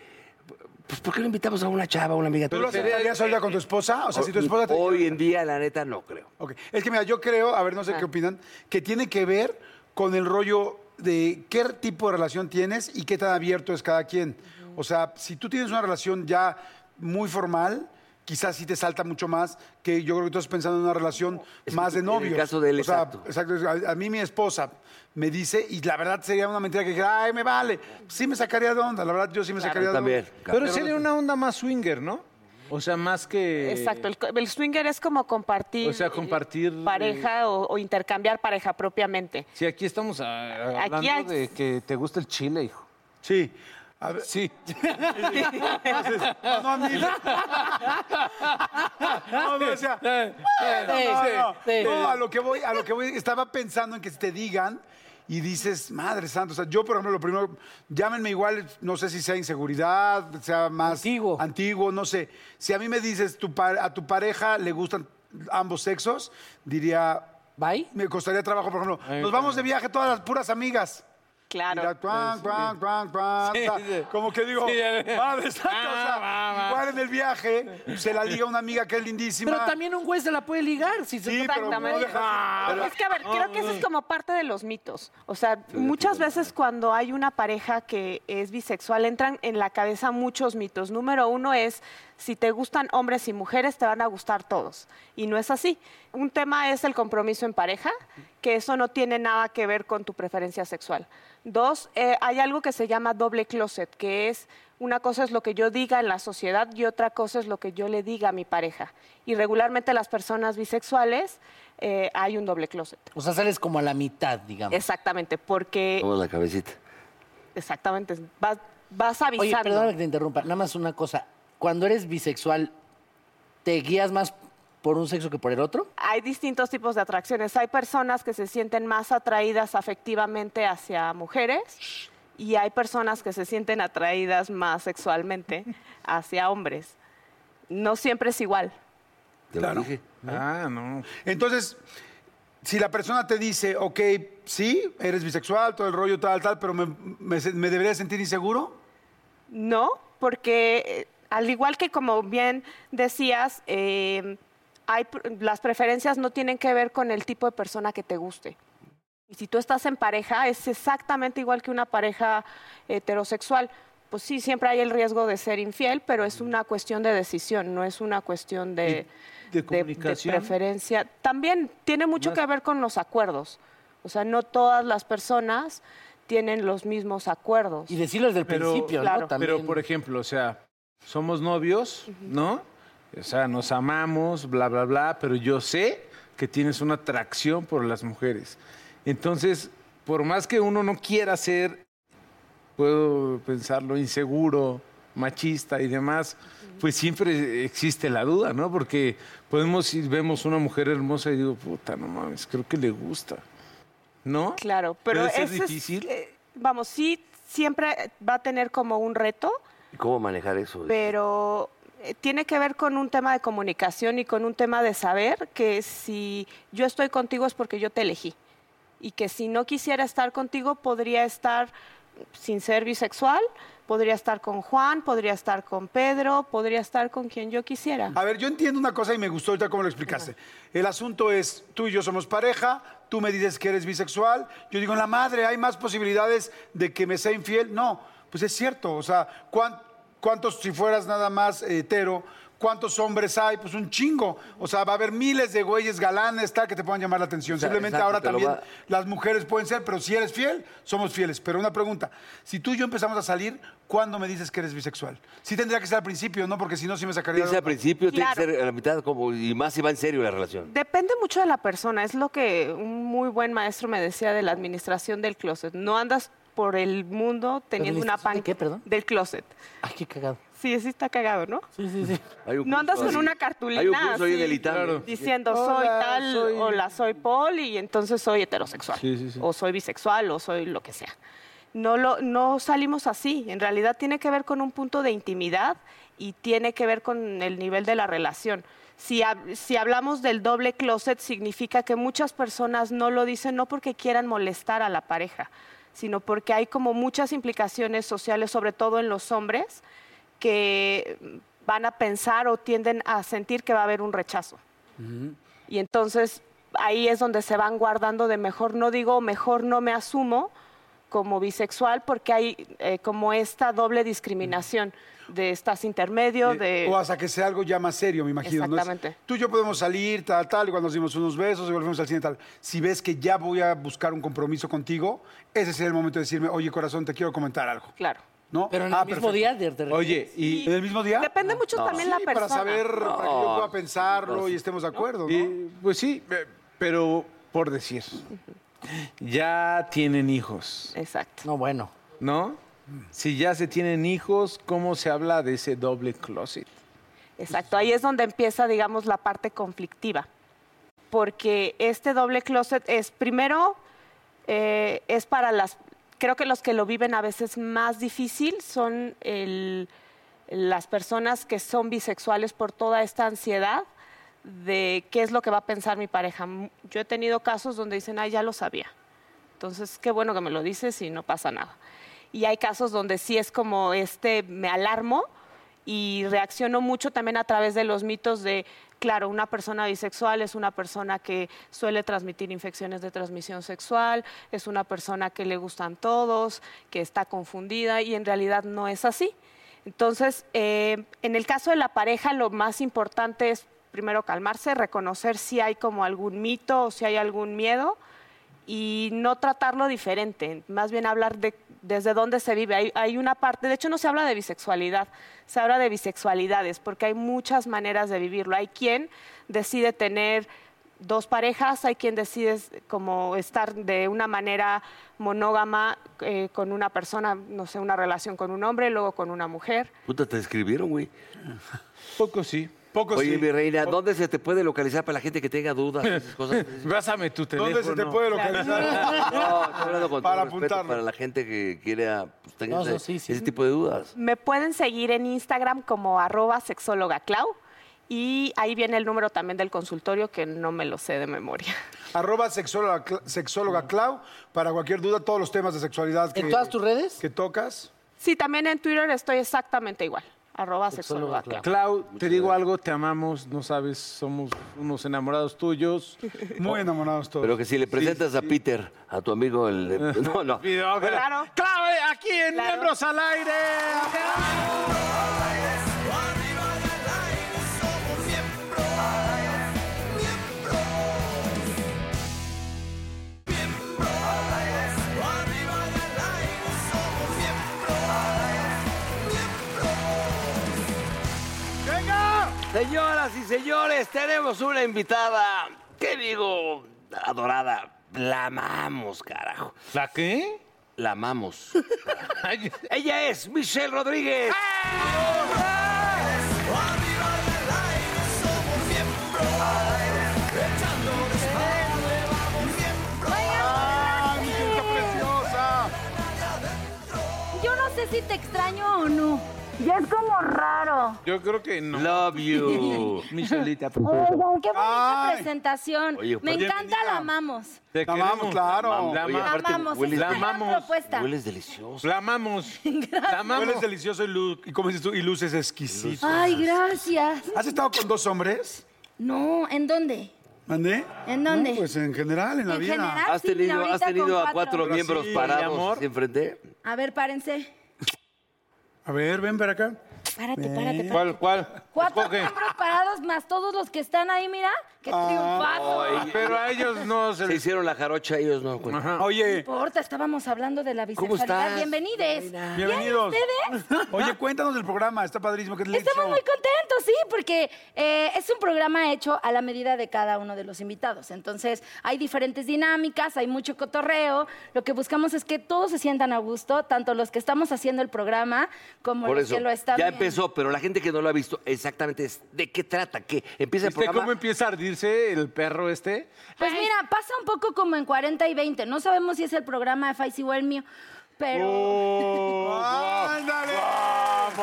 B: pues, ¿por qué no invitamos a una chava, a una amiga
A: ¿Tú lo
B: tuya?
A: aceptarías ahorita con tu esposa? O sea, si tu esposa te...
B: Hoy en día, la neta, no creo.
A: Ok. Es que mira, yo creo, a ver, no sé qué opinan, que tiene que ver con el rollo de qué tipo de relación tienes y qué tan abierto es cada quien. O sea, si tú tienes una relación ya muy formal, quizás sí te salta mucho más que yo creo que tú estás pensando en una relación
B: Es
A: más de
B: que en el
A: novios.
B: caso de él,
A: O sea,
B: exacto.
A: A, a mí mi esposa me dice, y la verdad sería una mentira que dijera, ay, me vale. Sí me sacaría de onda, la verdad yo sí me sacaría
B: Yo
A: de
B: también.
A: onda.
D: Pero sería una onda más swinger, ¿no? O sea, más que...
G: Exacto, el, co- el swinger es como compartir.
D: Eh, O sea,
G: eh,
D: compartir, eh,
G: Pareja o, o intercambiar pareja propiamente.
D: Sí, aquí estamos ah,
G: Aquí
D: hablando
G: hay-
D: de que te gusta el chile, hijo.
A: Sí. A ver,
D: Sí.
A: no, a mí. No, no, o sea, no,
C: Sí,
A: no,
C: sí.
A: no, a lo que voy, a lo que voy, estaba pensando en que te digan y dices, madre santa, o sea, yo por ejemplo, lo primero, llámenme igual, no sé si sea inseguridad, sea más
C: Antiguo.
A: antiguo, no sé. Si a mí me dices, tu pa- a tu pareja le gustan ambos sexos, diría,
C: ¿Bye?
A: me costaría trabajo, por ejemplo, nos vamos de viaje todas las puras amigas.
G: Claro.
A: Mira, tuan, tuan, tuan, tuan, ta. Como que digo,
D: Sí, ya ve.
A: madre santa, o sea,
D: Ah, va, va.
A: igual en el viaje se la liga una amiga que es lindísima.
C: Pero también un juez se la puede ligar. Si se
A: Sí,
C: trata-
A: pero no
G: Exactamente.
A: deja- pero-
G: pues, Es que, a ver, creo que eso es como parte de los mitos. O sea, muchas veces cuando hay una pareja que es bisexual, entran en la cabeza muchos mitos. Número uno es, si te gustan hombres y mujeres, te van a gustar todos. Y no es así. Un tema es el compromiso en pareja, que eso no tiene nada que ver con tu preferencia sexual. Dos, eh, hay algo que se llama doble closet, que es una cosa es lo que yo diga en la sociedad y otra cosa es lo que yo le diga a mi pareja. Y regularmente las personas bisexuales eh, hay un doble closet.
C: O sea, sales como a la mitad, digamos.
G: Exactamente, porque
B: Vamos la cabecita.
G: exactamente vas, vas
C: Oye,
G: avisando.
C: perdóname que te interrumpa. Nada más una cosa. Cuando eres bisexual, ¿te guías más por un sexo que por el otro?
G: hay distintos tipos de atracciones. Hay personas que se sienten más atraídas afectivamente hacia mujeres y hay personas que se sienten atraídas más sexualmente hacia hombres. No siempre es igual.
B: Te
A: Claro.
B: lo dije.
D: Ah, no.
A: Entonces, si la persona te dice, ok, sí, eres bisexual, todo el rollo, tal, tal, pero me, me se- me debería sentir inseguro,
G: No, porque eh, al igual que como bien decías, eh, hay pr- las preferencias no tienen que ver con el tipo de persona que te guste. Y si tú estás en pareja, es exactamente igual que una pareja heterosexual. Pues sí, siempre hay el riesgo de ser infiel, pero es una cuestión de decisión, no es una cuestión de,
D: Eh, de comunicación?
G: preferencia. También tiene mucho que ver con los acuerdos. O sea, no todas las personas tienen los mismos acuerdos.
C: Y decirlo desde el
D: Pero-
C: principio,
G: Claro.
C: ¿no? También.
D: Pero, por ejemplo, o sea, somos novios, ¿no? O sea, nos amamos, bla, bla, bla, pero yo sé que tienes una atracción por las mujeres. Entonces, por más que uno no quiera ser, puedo pensarlo, inseguro, machista y demás, pues siempre existe la duda, ¿no? Porque podemos ir, vemos una mujer hermosa y digo, puta, no mames, creo que le gusta, ¿no?
G: Claro, pero
D: ¿Puede ser
G: eso es
D: difícil?
G: eh, vamos, sí, siempre va a tener como un reto,
D: Pues
B: ¿Y ¿Cómo manejar eso?
G: pero eh, tiene que ver con un tema de comunicación y con un tema de saber que si yo estoy contigo es porque yo te elegí y que si no quisiera estar contigo podría estar sin ser bisexual, podría estar con Juan, podría estar con Pedro, podría estar con quien yo quisiera.
A: A ver, yo entiendo una cosa y me gustó ahorita cómo lo explicaste. El asunto es, tú y yo somos pareja, tú me dices que eres bisexual, yo digo, la madre, hay más posibilidades de que me sea infiel. No, pues es cierto, o sea, ¿cuán- ¿cuántos, si fueras nada más hetero, cuántos hombres hay? Pues un chingo. O sea, va a haber miles de güeyes galanes, tal, que te puedan llamar la atención.
B: sea,
A: Simplemente
B: exacto,
A: ahora
B: te lo
A: también
B: va-
A: las mujeres pueden ser, pero si eres fiel, somos fieles. Pero una pregunta, si tú y yo empezamos a salir, ¿cuándo me dices que eres bisexual? Sí tendría que ser al principio, ¿no? Porque si no, sí me sacaría... de
B: Dice al
A: onda.
B: principio, tiene
G: Claro.
B: que ser a la mitad, como, y más si va en serio la relación.
G: Depende mucho de la persona. Es lo que un muy buen maestro me decía de la administración del closet. No andas por el mundo teniendo una
C: administración de
G: pan
C: qué, perdón?
G: del closet.
C: Ay, qué cagado.
G: Sí, sí está cagado, ¿no?
C: Sí, sí, sí.
B: Hay un
G: No
B: curso
G: andas con
B: así.
G: una cartulina
B: Hay un curso ahí en
G: así,
B: el ITAM.
D: Claro.
G: Diciendo soy tal, hola, soy Paul y entonces soy heterosexual.
D: Sí, sí, sí.
G: O soy bisexual o soy lo que sea. No, lo, no salimos así. En realidad tiene que ver con un punto de intimidad y tiene que ver con el nivel de la relación. Si, hab- si hablamos del doble closet, significa que muchas personas no lo dicen no porque quieran molestar a la pareja, sino porque hay como muchas implicaciones sociales, sobre todo en los hombres, que van a pensar o tienden a sentir que va a haber un rechazo. Y entonces ahí es donde se van guardando de mejor no digo, mejor no me asumo como bisexual porque hay eh, como esta doble discriminación de estás intermedio, de...
A: Eh, O hasta que sea algo ya más serio, me imagino. ¿no? Es,
G: Exactamente.
A: tú y yo podemos salir, tal, tal, igual nos dimos unos besos, igual fuimos al cine, tal. Si ves que ya voy a buscar un compromiso contigo, ese sería el momento de decirme, oye, corazón, te quiero comentar algo.
G: Claro.
A: ¿No?
C: Pero en el
A: Ah,
C: mismo
A: perfecto.
C: día de, de-
D: Oye, y...
A: ¿En el mismo día?
G: Depende mucho también la
A: Sí,
G: persona.
A: para saber, para que yo pueda pensarlo y estemos de acuerdo, ¿no?
D: Eh, pues sí, eh, pero por decir, ya tienen hijos,
G: Exacto.
C: No, bueno.
D: ¿no? Si ya se tienen hijos, ¿cómo se habla de ese doble closet?
G: Exacto, ahí es donde empieza, digamos, la parte conflictiva. Porque este doble closet es, primero, eh, es para las, creo que los que lo viven a veces más difícil son el- las personas que son bisexuales por toda esta ansiedad de qué es lo que va a pensar mi pareja. Yo he tenido casos donde dicen, ay, ya lo sabía. Entonces, qué bueno que me lo dices y no pasa nada. Y hay casos donde sí es como este, me alarmo y reacciono mucho también a través de los mitos de, claro, una persona bisexual es una persona que suele transmitir infecciones de transmisión sexual, es una persona que le gustan todos, que está confundida y en realidad no es así. Entonces, eh, en el caso de la pareja, lo más importante es primero calmarse, reconocer si hay como algún mito o si hay algún miedo y no tratarlo diferente, más bien hablar de desde dónde se vive. Hay, hay, una parte, de hecho no se habla de bisexualidad, se habla de bisexualidades, porque hay muchas maneras de vivirlo. Hay quien decide tener dos parejas, hay quien decide como estar de una manera monógama eh, con una persona, no sé, una relación con un hombre, luego con una mujer.
B: Puta, te escribieron, güey.
D: Poco sí.
A: Poco
B: Oye,
A: sí.
B: mi reina, ¿dónde se te puede localizar para la gente que tenga dudas? esas cosas?
D: Pásame tu teléfono.
A: ¿Dónde se te puede localizar?
B: No, estoy hablando con todo
A: Para
B: respeto
A: apuntarlo.
B: para la gente que quiera pues, tenga
C: No,
B: ese,
C: no, sí, sí.
B: ese tipo de dudas.
G: Me pueden seguir en Instagram como arroba sexóloga Clau y ahí viene el número también del consultorio que no me lo sé de memoria.
A: Arroba sexóloga, Cla- sexóloga Clau para cualquier duda, todos los temas de sexualidad que,
C: ¿En todas tus redes?
A: que tocas.
G: Sí, también en Twitter estoy exactamente igual, arroba sexóloga Clau.
D: Clau, te digo algo, te amamos, no sabes, somos unos enamorados tuyos.
A: Muy enamorados todos.
B: Pero que si le presentas a Peter, a tu amigo, el... de- No, no.
D: Videógrafo.
G: Claro.
D: Clau, eh, aquí en
G: Claro.
D: Miembros al Aire.
B: Señoras y señores, tenemos una invitada, ¿qué digo? Adorada. La amamos, carajo.
D: ¿La qué?
B: La amamos. Ella es Michelle Rodríguez.
H: Ah.
A: ¡Ah, mi gente preciosa!
H: Yo no sé si te extraño o no.
D: Yo creo que no.
B: Love you.
D: Michelita, pues.
H: Oigan, qué bonita
A: Ay.
H: presentación.
B: Oye,
H: Me
B: pues,
H: encanta,
A: bienvenida.
H: la amamos.
D: Te
A: La amamos,
D: queremos.
A: claro.
D: La, ama-
B: Oye,
H: La
B: aparte,
H: amamos.
B: hueles
H: es
D: la
H: una gran
D: amamos.
H: propuesta.
B: Hueles delicioso.
D: la amamos. La amamos.
A: Hueles delicioso y, lu- y como dices tú, y luces exquisito.
H: Ay, gracias.
A: ¿Has estado con dos hombres?
H: No, ¿en dónde?
A: ¿Mandé?
H: ¿En dónde?
A: No, pues en general, en la
H: ¿En
A: vida.
H: general?
B: ¿Has
H: Ah, sí,
B: tenido,
H: ahorita
B: has tenido
H: con
B: a cuatro
H: cuatro.
B: miembros
A: Sí,
D: mi
B: parados
D: amor.
B: así enfrente?
H: A ver, párense.
A: A ver, ven para acá.
H: Párate, párate, párate.
D: ¿Cuál, cuál?
H: Cuatro
D: Escoge.
H: miembros parados más todos los que están ahí, mira. ¡Qué
D: Ah.
H: triunfazo!
D: Pero a ellos no se
B: Se
D: les...
B: hicieron la jarocha, ellos no. güey.
D: Ajá.
H: No
A: Oye,
H: importa, estábamos hablando de la
B: ¿Cómo
H: bisexualidad.
B: estás?
H: Bienvenides.
A: Bienvenidos.
H: ¿Bien ustedes?
A: Oye, cuéntanos del programa, está padrísimo. ¿Qué es el
H: Estamos
A: show?
H: muy contentos, sí, porque eh, es un programa hecho a la medida de cada uno de los invitados. Entonces, hay diferentes dinámicas, hay mucho cotorreo. Lo que buscamos es que todos se sientan a gusto, tanto los que estamos haciendo el programa como
B: Por
H: los
B: eso,
H: que lo están
B: ya
H: viendo.
B: empezó, pero la gente que no lo ha visto, exactamente, es- ¿de qué trata? ¿Qué? ¿Empieza
H: Este,
B: el
D: ¿Viste
B: programa?
D: cómo empieza a ardirse el perro este?
H: Pues mira, pasa un poco como en 40 y 20. No sabemos si es el programa de Faisy o el mío, pero...
A: ¡Ándale!
B: Y,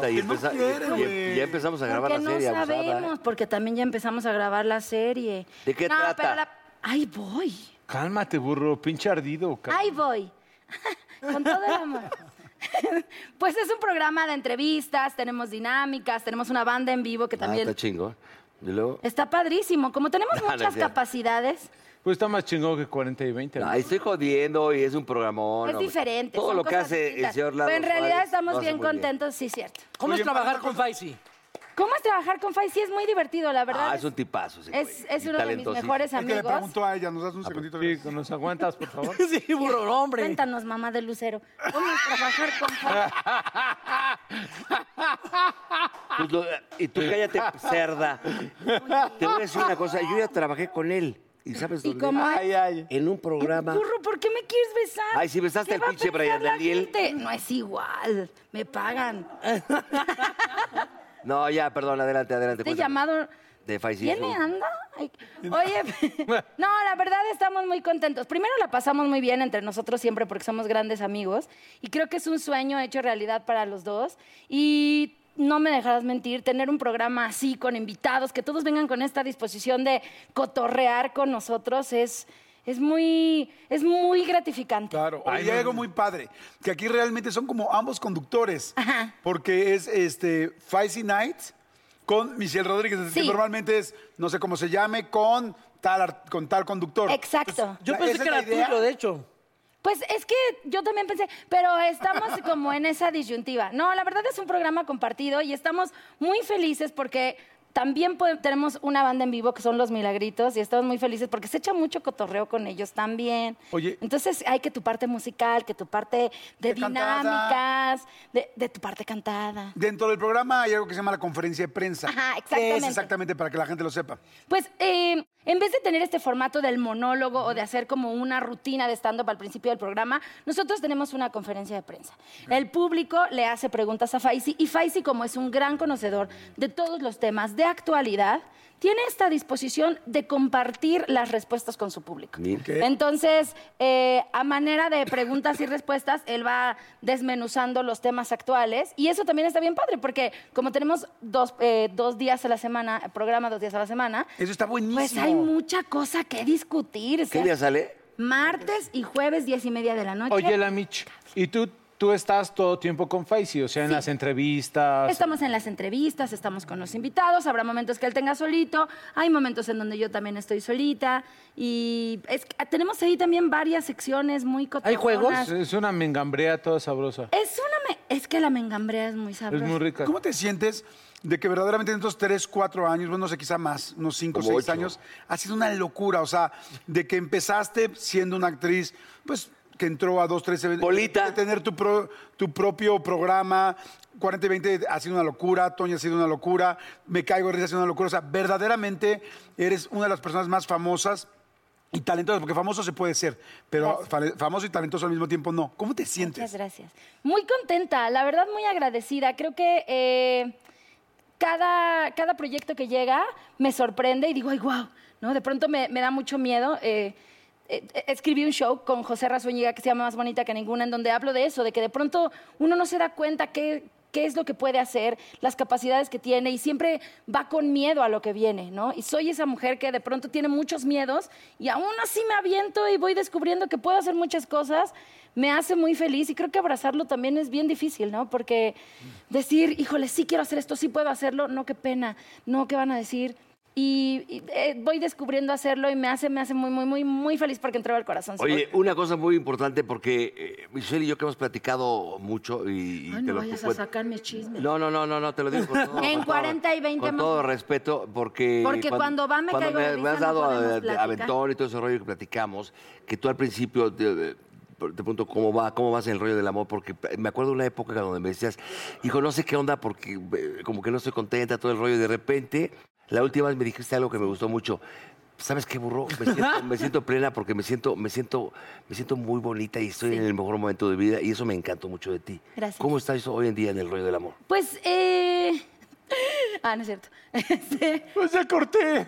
A: Que no
B: empeza-
A: quiere,
B: y- y-
A: güey.
B: ya empezamos a grabar
H: Porque no
B: la serie. abusada,
H: sabemos,
B: ¿eh?
H: porque también ya empezamos a grabar la serie.
B: ¿De qué
H: no,
B: trata?
H: Pero la... Ahí voy,
D: Cálmate, burro, pinche ardido. cabrón.
H: ahí voy. Con todo el amor. pues es un programa de entrevistas, tenemos dinámicas, tenemos una banda en vivo que
B: Ah,
H: también
B: está chingo. Y luego...
H: está padrísimo. Como tenemos
B: No, no es
H: muchas
B: cierto.
H: capacidades,
D: Pues está más chingón que 40 y 20. ¿no?
B: Ay, estoy jodiendo y es un programón.
H: es
B: hombre.
H: diferente.
B: Todo
H: son
B: lo que
H: cosas
B: hace el
H: distintas.
B: señor Lalo
H: Pero en realidad
B: Suárez lo
H: estamos
B: hace
H: bien
B: muy bien.
H: contentos, sí, cierto.
C: ¿Cómo
A: Oye,
C: es trabajar
A: para-
C: con Faisy?
H: ¿Cómo es trabajar con Faisy? Es muy divertido, la verdad.
B: Ah, es un tipazo ese
H: es,
B: güey,
H: es
B: y
H: uno de mis
B: talentosísimo.
H: mejores
A: Es que le
H: amigos.
A: pregunto a ella, nos das un segundito.
D: Ah, pues, Sí, ¿nos aguantas, por favor?
C: Sí, burro, hombre.
H: Cuéntanos, mamá de Lucero, ¿cómo es trabajar con Faisy?
B: Pues lo- y tú cállate, cerda. Te voy a decir una cosa, yo ya trabajé con él. ¿Y sabes
H: ¿Y
B: dónde?
H: cómo es?
B: En un programa.
H: Burro, ¿por qué me quieres besar?
B: Ay, si besaste
H: ¿Qué
B: al
H: va a
B: pinche
H: pensar
B: Brian
H: la
B: Daniel?
H: gente? No es igual, me pagan.
B: No, ya, perdón, adelante, adelante.
H: Este
B: cuéntame.
H: llamado...
B: De Faisy.
H: ¿Quién me anda? Ay, Oye, no, la verdad estamos muy contentos. Primero la pasamos muy bien entre nosotros siempre porque somos grandes amigos y creo que es un sueño hecho realidad para los dos y no me dejarás mentir, tener un programa así, con invitados, que todos vengan con esta disposición de cotorrear con nosotros, es, es, muy, es muy gratificante.
A: Claro. Oye, hay algo muy padre, que aquí realmente son como ambos conductores, porque es este Faisy Knight con Michelle Rodríguez, que
H: Sí.
A: normalmente es, no sé cómo se llame, con tal, ar- con tal conductor.
H: Exacto.
C: Yo
A: La-
C: pensé
A: esa
C: que
A: es la
C: era
A: idea.
C: tuyo, de hecho.
H: Pues es que yo también pensé, pero estamos como en esa disyuntiva. No, la verdad es un programa compartido y estamos muy felices porque también po- tenemos una banda en vivo que son Los Milagritos y estamos muy felices porque se echa mucho cotorreo con ellos también.
A: Oye.
H: Entonces hay que tu parte musical, que tu parte de,
A: De cantada.
H: dinámicas, de, de tu parte cantada.
A: Dentro del programa hay algo que se llama la conferencia de prensa.
H: Ajá,
A: ¿Qué es
H: exactamente.
A: exactamente para que la gente lo sepa?
H: Pues eh, en vez de tener este formato del monólogo o de hacer como una rutina de stand-up al principio del programa, nosotros tenemos una conferencia de prensa. El público le hace preguntas a Faisy y Faisy, como es un gran conocedor de todos los temas de actualidad, tiene esta disposición de compartir las respuestas con su público.
B: Ni-
H: Entonces, eh, a manera de preguntas y respuestas, él va desmenuzando los temas actuales. Y eso también está bien padre, porque como tenemos dos, eh, dos días a la semana, programa dos días a la semana,
A: Eso está buenísimo.
H: pues hay mucha cosa que discutir. o
B: ¿Qué
H: sea,
B: día sale?
H: martes y jueves, diez y media de la noche.
D: Oye, la Mitch, ¿y tú, tú estás todo tiempo con Faisy? O sea, en las entrevistas.
H: Estamos en las entrevistas, estamos con los invitados, habrá momentos que él tenga solito, hay momentos en donde yo también estoy solita y es que tenemos ahí también varias secciones muy cotorronas.
C: juegos?
D: Es, es una mengambrea toda sabrosa.
H: Es una me- es que la mengambrea es muy
D: Es
H: sabrosa.
D: muy rica.
A: ¿Cómo te sientes de que verdaderamente en estos 3, 4 años, bueno, no sé, quizá más, unos 5,
B: Como
A: 6
B: ocho.
A: años, ha sido una locura? O sea, de que empezaste siendo una actriz, pues que entró a 2, 3 eventos.
B: Polita.
A: De tener tu, pro- tu propio programa. 40 y 20 ha sido una locura, Toño ha sido una locura, Me Caigo de Risa ha sido una locura. O sea, verdaderamente eres una de las personas más famosas y talentosas, porque famoso se puede ser, pero fa- famoso y talentoso al mismo tiempo no. ¿Cómo te sientes?
H: Muchas gracias. Muy contenta, la verdad muy agradecida. Creo que eh, cada, cada proyecto que llega me sorprende y digo, ay, wow, ¿no? De pronto me, me da mucho miedo. eh, eh, eh, escribí un show con José Razúñiga que se llama Más Bonita que Ninguna, en donde hablo de eso, de que de pronto uno no se da cuenta qué, qué es lo que puede hacer, las capacidades que tiene y siempre va con miedo a lo que viene, ¿no? Y soy esa mujer que de pronto tiene muchos miedos y aún así me aviento y voy descubriendo que puedo hacer muchas cosas, me hace muy feliz y creo que abrazarlo también es bien difícil, ¿no? Porque decir, híjole, sí quiero hacer esto, sí puedo hacerlo, no, qué pena, no, qué van a decir. Y, y, eh, voy descubriendo hacerlo y me hace, me hace muy, muy, muy, muy feliz porque entrego el corazón.
B: Oye, una cosa muy importante porque eh, Michelle y yo que hemos platicado mucho y,
H: Ay,
B: y te
H: no
B: lo
H: vayas a
B: cuen-
H: sacarme chisme.
B: No, no, no, no, no, te lo digo con todo,
H: En
B: con
H: 40 y 20
B: todo, Con
H: más.
B: todo respeto, porque...
H: Porque cuando va Me
B: cuando
H: Caigo de
B: me, me
H: Risa
B: has
H: no
B: dado
H: podemos
B: eh,
H: platicar.
B: aventón y todo ese rollo que platicamos, que tú al principio te, te pregunto cómo va, cómo vas en el rollo del amor, porque me acuerdo de una época donde me decías, hijo, no sé qué onda, porque eh, como que no estoy contenta, todo el rollo, y de repente, la última vez me dijiste algo que me gustó mucho. ¿Sabes qué, burro? Me siento, me siento plena porque me siento, me siento, me siento muy bonita y estoy en el mejor momento de vida y eso me encantó mucho de ti.
H: Gracias.
B: ¿Cómo estás hoy en día en el rollo del amor?
H: Pues, eh... Ah, no es cierto. Este,
D: Pues ya corté.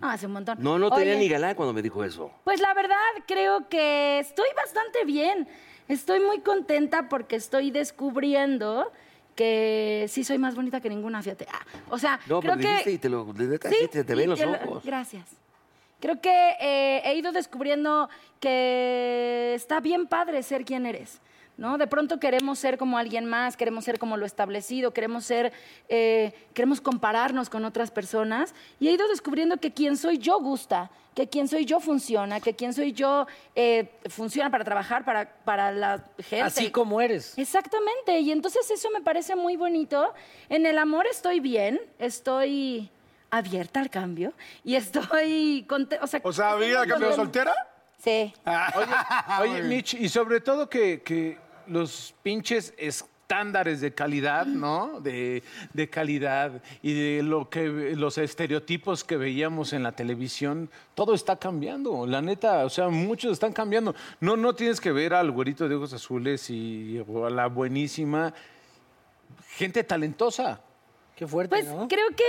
H: No, hace un montón.
B: No, no tenía
H: Oye,
B: ni galán cuando me dijo eso.
H: Pues la verdad, creo que estoy bastante bien. Estoy muy contenta porque estoy descubriendo que sí soy más bonita que ninguna, fíjate. Ah, o sea,
B: No,
H: creo
C: pues
B: pero dijiste
H: que...
B: y te lo, de neta,
H: Sí,
B: sí, te, te
H: y
B: ven los
H: te lo-
B: ojos.
H: Gracias. Creo que eh, he ido descubriendo que está bien padre ser quien eres. ¿No? De pronto queremos ser como alguien más, queremos ser como lo establecido, queremos ser, eh, queremos compararnos con otras personas. Y he ido descubriendo que quien soy yo gusta, que quien soy yo funciona, que quien soy yo eh, funciona para trabajar, para, para la gente.
C: Así como eres.
H: Exactamente, y entonces eso me parece muy bonito. En el amor estoy bien, estoy abierta al cambio y estoy contenta. O sea,
A: O sea,
H: estoy
A: ¿vida
H: muy
A: cambió
H: contenta.
A: soltera?
H: Sí.
D: Oye, Mitch, y sobre todo que, que los pinches estándares de calidad, ¿no? De, de calidad y de lo que los estereotipos que veíamos en la televisión, todo está cambiando. La neta, o sea, muchos están cambiando. No, no tienes que ver al güerito de ojos azules y o a la buenísima gente talentosa.
C: Qué fuerte,
H: Pues
C: ¿no?
H: creo que,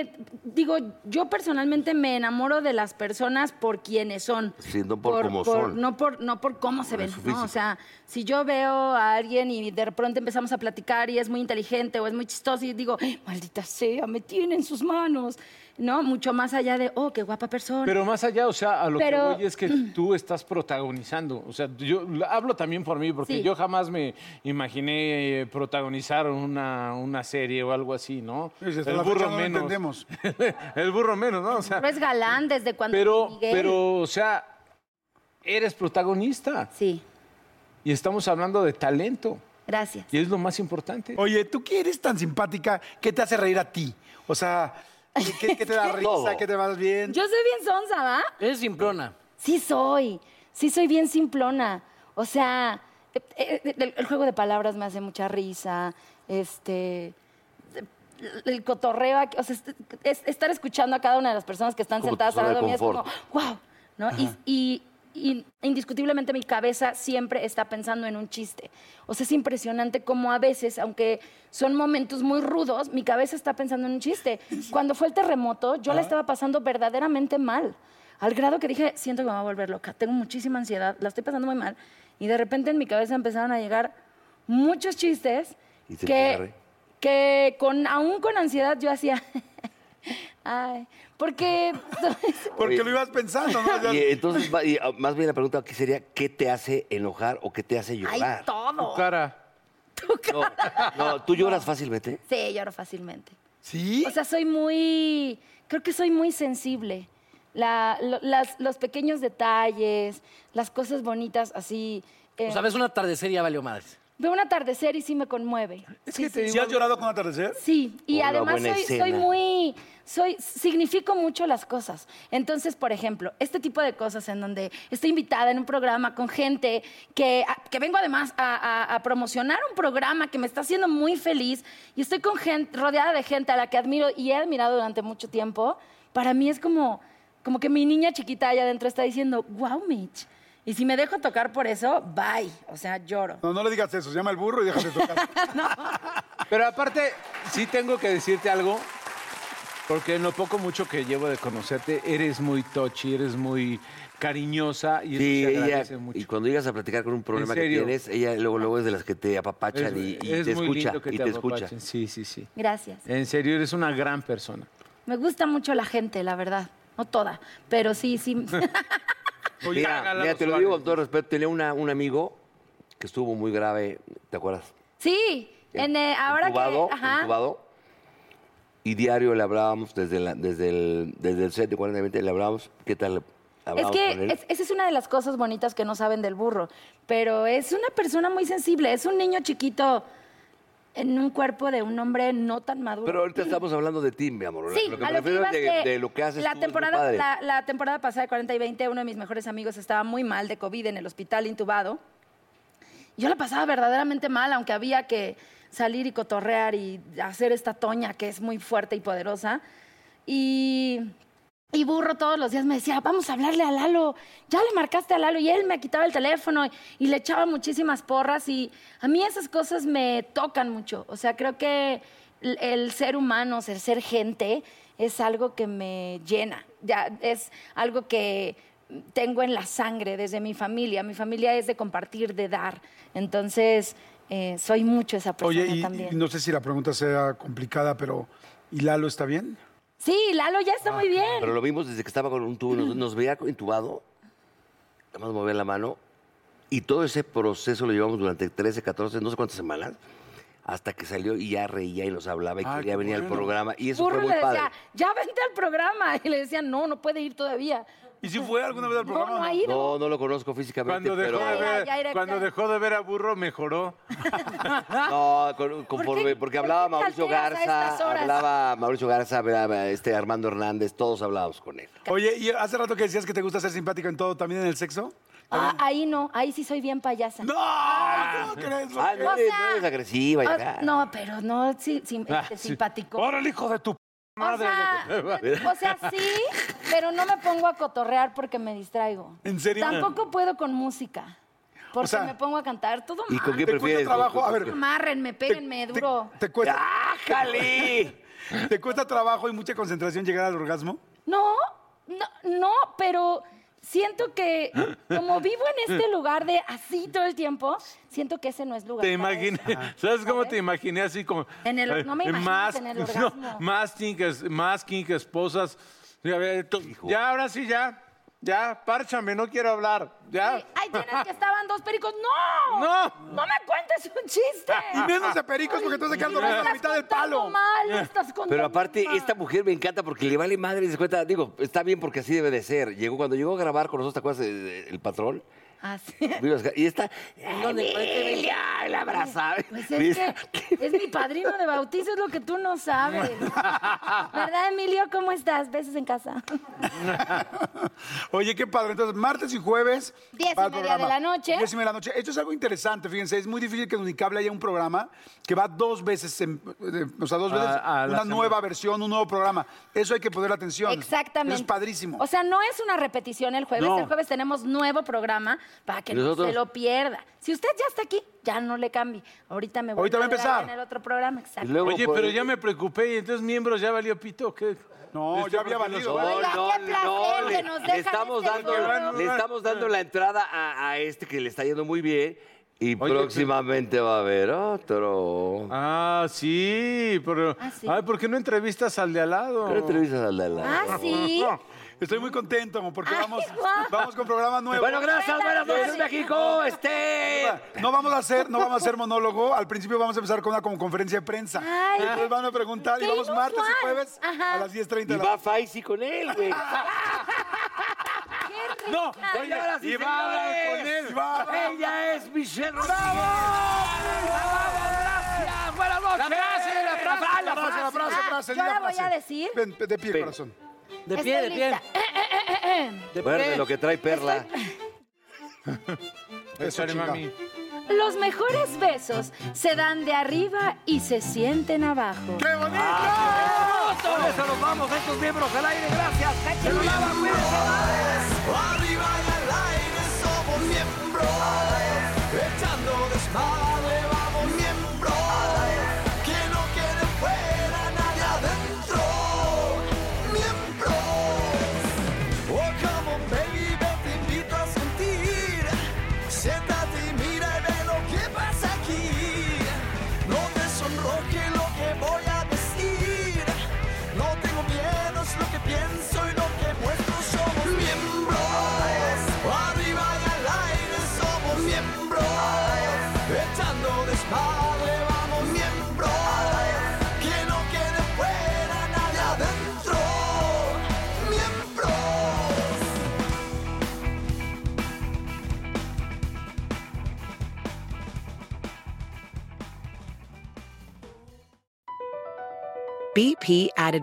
H: eh, digo, yo personalmente me enamoro de las personas por quienes son.
B: Sí, no por cómo son.
H: No por, no por cómo se
B: Por
H: ven,
B: su
H: ¿no?
B: físico.
H: O sea, si yo veo a alguien y de repente empezamos a platicar y es muy inteligente o es muy chistoso y digo, "Ay, maldita sea, me tiene en sus manos, ¿no? Mucho más allá de, oh, qué guapa persona.
D: Pero más allá, o sea, a lo
H: Pero-
D: que voy es que tú estás protagonizando. O sea, yo hablo también por mí, porque
H: Sí.
D: yo jamás me imaginé eh, protagonizar una, una serie o algo así, ¿no?
A: Sí, hasta la fecha no lo entendemos.
D: el burro menos, ¿no? O sea,
H: Pero es galán desde cuando
D: pero,
H: Miguel.
D: pero, o sea, eres protagonista
H: Sí,
D: y estamos hablando de talento
H: gracias.
D: y es lo más importante.
A: Oye, ¿tú qué eres tan simpática? ¿Qué te hace reír a ti? O sea, ¿qué, qué- qué te da risa?
B: Todo.
A: ¿Qué te vas bien?
H: Yo soy bien sonsa, ¿va?
C: Eres simplona.
H: Sí soy, sí soy bien simplona. O sea, eh, eh, el, el juego de palabras me hace mucha risa, este, el- el cotorreo, aquí, o sea, est- es- estar escuchando a cada una de las personas que están
B: Como tu
H: sentadas al
B: zona de
H: lado mío es como,
B: confort.
H: wow, ¿no? Y, y- y indiscutiblemente mi cabeza siempre está pensando en un chiste. O sea, es impresionante cómo a veces, aunque son momentos muy rudos, mi cabeza está pensando en un chiste. Cuando fue el terremoto, yo la estaba pasando verdaderamente mal. Al grado que dije, siento que me va a volver loca, tengo muchísima ansiedad, la estoy pasando muy mal. Y de repente en mi cabeza empezaron a llegar muchos chistes
B: Y te
H: que,
B: agarré.
H: que con, aún con ansiedad yo hacía... Ay, porque...
A: Porque
B: Oye.
A: lo ibas pensando, ¿no? O sea,
B: Y eh, entonces, va- y, ah, más bien la pregunta aquí sería, ¿qué te hace enojar o qué te hace
H: Ay,
B: llorar?
H: todo.
D: Tu cara.
B: No, no, ¿tú lloras fácilmente?
H: Sí, lloro fácilmente.
A: ¿Sí?
H: O sea, soy muy, creo que soy muy sensible. La- lo- las- los pequeños detalles, las cosas bonitas, así. eh,
C: O sea, ves un atardecer y ya valió madres.
H: Veo un atardecer y sí me conmueve.
A: Es que te ¿Sí has llorado con atardecer?
H: Sí, y
B: Una
H: además
B: buena
H: soy, soy
B: escena.
H: muy, soy, significo mucho las cosas. Entonces, por ejemplo, este tipo de cosas en donde estoy invitada en un programa con gente que, a- que vengo además a, a- a promocionar un programa que me está haciendo muy feliz y estoy con gente, rodeada de gente a la que admiro y he admirado durante mucho tiempo, para mí es como, como que mi niña chiquita allá adentro está diciendo, wow, Mitch. Y si me dejo tocar por eso, bye. O sea, lloro.
A: No, no le digas eso. Se llama el burro y déjate tocar.
D: Pero aparte, sí tengo que decirte algo, porque en lo poco mucho que llevo de conocerte, eres muy touchy, eres muy cariñosa y eso
B: Sí,
D: se
B: ella.
D: agradece mucho.
B: Y cuando llegas a platicar con un problema que
D: serio.
B: tienes, ella luego, luego es de las que te apapachan y, y
D: es
B: te
D: muy
B: escucha.
D: lindo que
B: y te escucha.
D: apapachen. Sí, sí, sí.
H: Gracias.
D: En serio, eres una gran persona.
H: Me gusta mucho la gente, la verdad. No toda, pero sí, sí.
B: Mira, mira, te lo digo con todo respeto. Tenía una- un amigo que estuvo muy grave, ¿te acuerdas?
H: sí, en, eh, ahora
B: Entubado,
H: que... ajá.
B: entubado. Y diario le hablábamos desde, la- desde, el, desde el set de 40 y 20, le hablábamos. ¿Qué tal?
H: Es
B: Hablábamos con
H: que
B: él.
H: es- esa es una de las cosas bonitas que no saben del burro, pero es una persona muy sensible, es un niño chiquito en un cuerpo de un hombre no tan maduro.
B: Pero ahorita estamos hablando de ti, mi amor.
H: Sí,
B: lo que
H: a
B: me
H: lo que
B: refiero
H: iba
B: es de,
H: es que
B: de lo que haces
H: la
B: tú es muy
H: temporada,
B: padre.
H: la, la temporada pasada de 40 y 20, uno de mis mejores amigos estaba muy mal de COVID en el hospital intubado. Yo la pasaba verdaderamente mal, aunque había que salir y cotorrear y hacer esta toña que es muy fuerte y poderosa. Y, y Burro todos los días me decía, vamos a hablarle a Lalo, ya le marcaste a Lalo y él me quitaba el teléfono y, y le echaba muchísimas porras y a mí esas cosas me tocan mucho. O sea, creo que el, el ser humano, el ser gente, es algo que me llena, ya es algo que tengo en la sangre desde mi familia. Mi familia es de compartir, de dar. Entonces, eh, soy mucho esa persona
A: Oye, y-
H: también.
A: y no sé si la pregunta sea complicada, pero ¿y Lalo está bien?
H: Sí, Lalo ya está muy bien.
B: Pero lo vimos desde que estaba con un tubo, nos, nos veía intubado, nada más movía la mano, y todo ese proceso lo llevamos durante 13, 14, no sé cuántas semanas, hasta que salió y ya reía y nos hablaba y
A: Ah,
B: quería
A: qué
B: venir al
A: bueno.
B: programa, y eso
H: Burro
B: fue
H: le
B: muy padre.
H: decía, ya vente al programa. Y le decía, no, no puede ir todavía.
A: ¿Y si fue alguna vez al
H: No,
A: programa?
H: no
A: o
H: ha
A: no?
H: ido.
B: No, no lo conozco físicamente,
D: Cuando dejó,
B: pero...
H: Ya,
D: de ver,
H: ya, ya, ya.
D: cuando dejó de ver a Burro, mejoró.
A: ¿Ah?
B: No, con- conforme,
H: ¿Por qué- por qué
B: porque hablaba
H: te
B: Mauricio
H: alteras a estas
B: Garza,
H: horas?
B: hablaba Mauricio Garza, hablaba este Armando Hernández, todos hablábamos con él.
A: Oye, y hace rato que decías que te gusta ser simpático en todo, ¿también en el sexo?
H: Ah, ahí no, ahí sí soy bien payasa.
A: ¡No! ¿Cómo crees?
B: Ah, no,
H: O
B: eres,
H: sea,
B: no eres agresiva y
H: Ah,
B: nada.
H: no, pero no, sí, sí, este,
D: Ah, sí.
H: simpático.
D: Ahora el hijo de tu...
H: O sea, o sea, sí, pero no me pongo a cotorrear porque me distraigo.
A: ¿En serio?
H: Tampoco puedo con música. Porque
A: o sea,
H: me pongo a cantar todo mal.
B: ¿Y con qué
A: ¿Te cuesta
B: prefieres?
A: trabajo?
B: ¿Con-
A: A
B: con-
A: ver,
H: Amárrenme, péguenme
A: te-
H: duro.
A: Te, cuesta,
B: ¡Ájale!
A: ¿Te cuesta trabajo y mucha concentración llegar al orgasmo?
H: No, no, no, pero siento que como vivo en este lugar de así todo el tiempo, siento que ese no es lugar.
D: Te
H: para
D: imaginé,
H: eso.
D: ¿sabes cómo te imaginé así como?
H: En el-
D: eh,
H: no me
D: eh,
H: imagino
D: más,
H: en el
D: no,
H: orgasmo.
D: más tincas, más quincas, esposas. Y a ver, tú- ya, ahora sí, ya, ya, párchame, no quiero hablar, ya.
H: Sí, ah, Ahí tienes que estaban dos pericos. ¡No!
D: No.
H: ¡No me cuentes un chiste!
A: Y menos de pericos porque tú te quedas dormido a la mitad del palo.
H: mal, lo estás contando
B: Pero aparte,
H: mal.
B: esta mujer me encanta porque le vale madre, se cuenta, digo, está bien porque así debe de ser. Llegó, cuando llegó a grabar con nosotros, ¿te acuerdas de- de- el patrón?
H: Ah, sí.
B: Vino Oscar, Y está,
C: ¿Dónde?
B: Emilia, la abrazaba.
H: Pues es que es mi padrino de bautizo, es lo que tú no sabes. ¿Verdad, Emilio? ¿Cómo estás? Besos en casa.
A: Oye, qué padre. Entonces, martes y jueves.
H: Diez y
A: va el
H: media de la noche.
A: Diez y media de la noche. Esto es algo interesante, fíjense. Es muy difícil que en Unicable haya un programa que va dos veces, en- eh, o sea, dos
D: A-
A: veces,
D: a la
A: una
D: semana.
A: nueva versión, un nuevo programa. Eso hay que poner atención.
H: Exactamente.
A: Eso es padrísimo.
H: O sea, no es una repetición el jueves.
D: No.
H: El jueves tenemos nuevo programa para que no
B: Nosotros-
H: se lo pierda. Si usted ya está aquí, ya no le cambie. Ahorita me voy
A: Ahorita va a
H: colgar
A: empezar.
H: en el otro programa.
B: Y
H: Exacto.
B: luego,
D: Oye,
B: por-
A: eh,
D: pero ya me preocupé y entonces miembros ya valió pito. ¿qué?
A: No,
D: Este,
A: ya había
D: porque
A: valido.
D: los-
B: No,
H: Oiga,
B: no,
H: qué placer
B: no,
H: que
B: le,
H: nos
B: le
H: dejan
B: estamos
H: este
B: dando,
H: foro.
B: le estamos dando la entrada a, a este que le está yendo muy bien y
D: pero-
B: próximamente va a haber otro.
D: Ah, sí, pero.
H: Ah, sí.
D: Ay, ¿por qué no entrevistas al de al lado?
B: Pero entrevistas al de al lado.
H: Ah, sí.
A: Estoy muy contento porque
H: Ay,
A: vamos,
H: guau.
A: vamos con programa nuevo.
B: Bueno,
H: pues
B: gracias, buenas noches, México. Este.
A: No vamos a hacer, no vamos a hacer monólogo. Al principio vamos a empezar con una como conferencia de prensa.
H: Ay,
A: Entonces van a preguntar y
H: qué
A: vamos martes
H: inusual.
A: y jueves
H: Ajá.
A: a las 10.30
B: Y
A: de la
B: va Faisy con él, güey.
H: Qué
D: No,
H: rica.
D: oye,
B: Señoras y
D: y va a hablar con
B: señores,
D: él.
B: Ella es Michelle Rodríguez. ¡Bravo! Buenas noches. La frase,
A: La frase, la frase, la
H: Ah,
A: frase.
H: yo
A: di
H: la voy
A: frase.
H: a decir.
A: Ven, de pie,
B: Ven.
A: corazón.
C: De pie, de
H: Estoy
C: pie.
H: lista.
C: De
B: Verde
C: pie.
B: lo que trae Perla.
D: Échale,
A: chica.
D: mami.
H: Los mejores besos se dan de arriba y se sienten abajo.
A: ¡Qué bonito!
B: Con eso nos vamos a estos miembros al aire. Gracias.
I: Arriba y al aire somos miembros. Echando desmadre vamos miembros. Que no quede fuera nadie adentro. Miembros. Oh, come on, baby, te invito a sentir. Siéntate y mira y ve lo que pasa aquí. No te sonroje lo que voy a decir. No tengo miedo, es lo que pienso y lo que muestro. Somos miembros. Arriba y al aire somos miembros. Echando desmadre vamos miembros. Que no quede fuera nadie adentro. Miembros.
F: BP added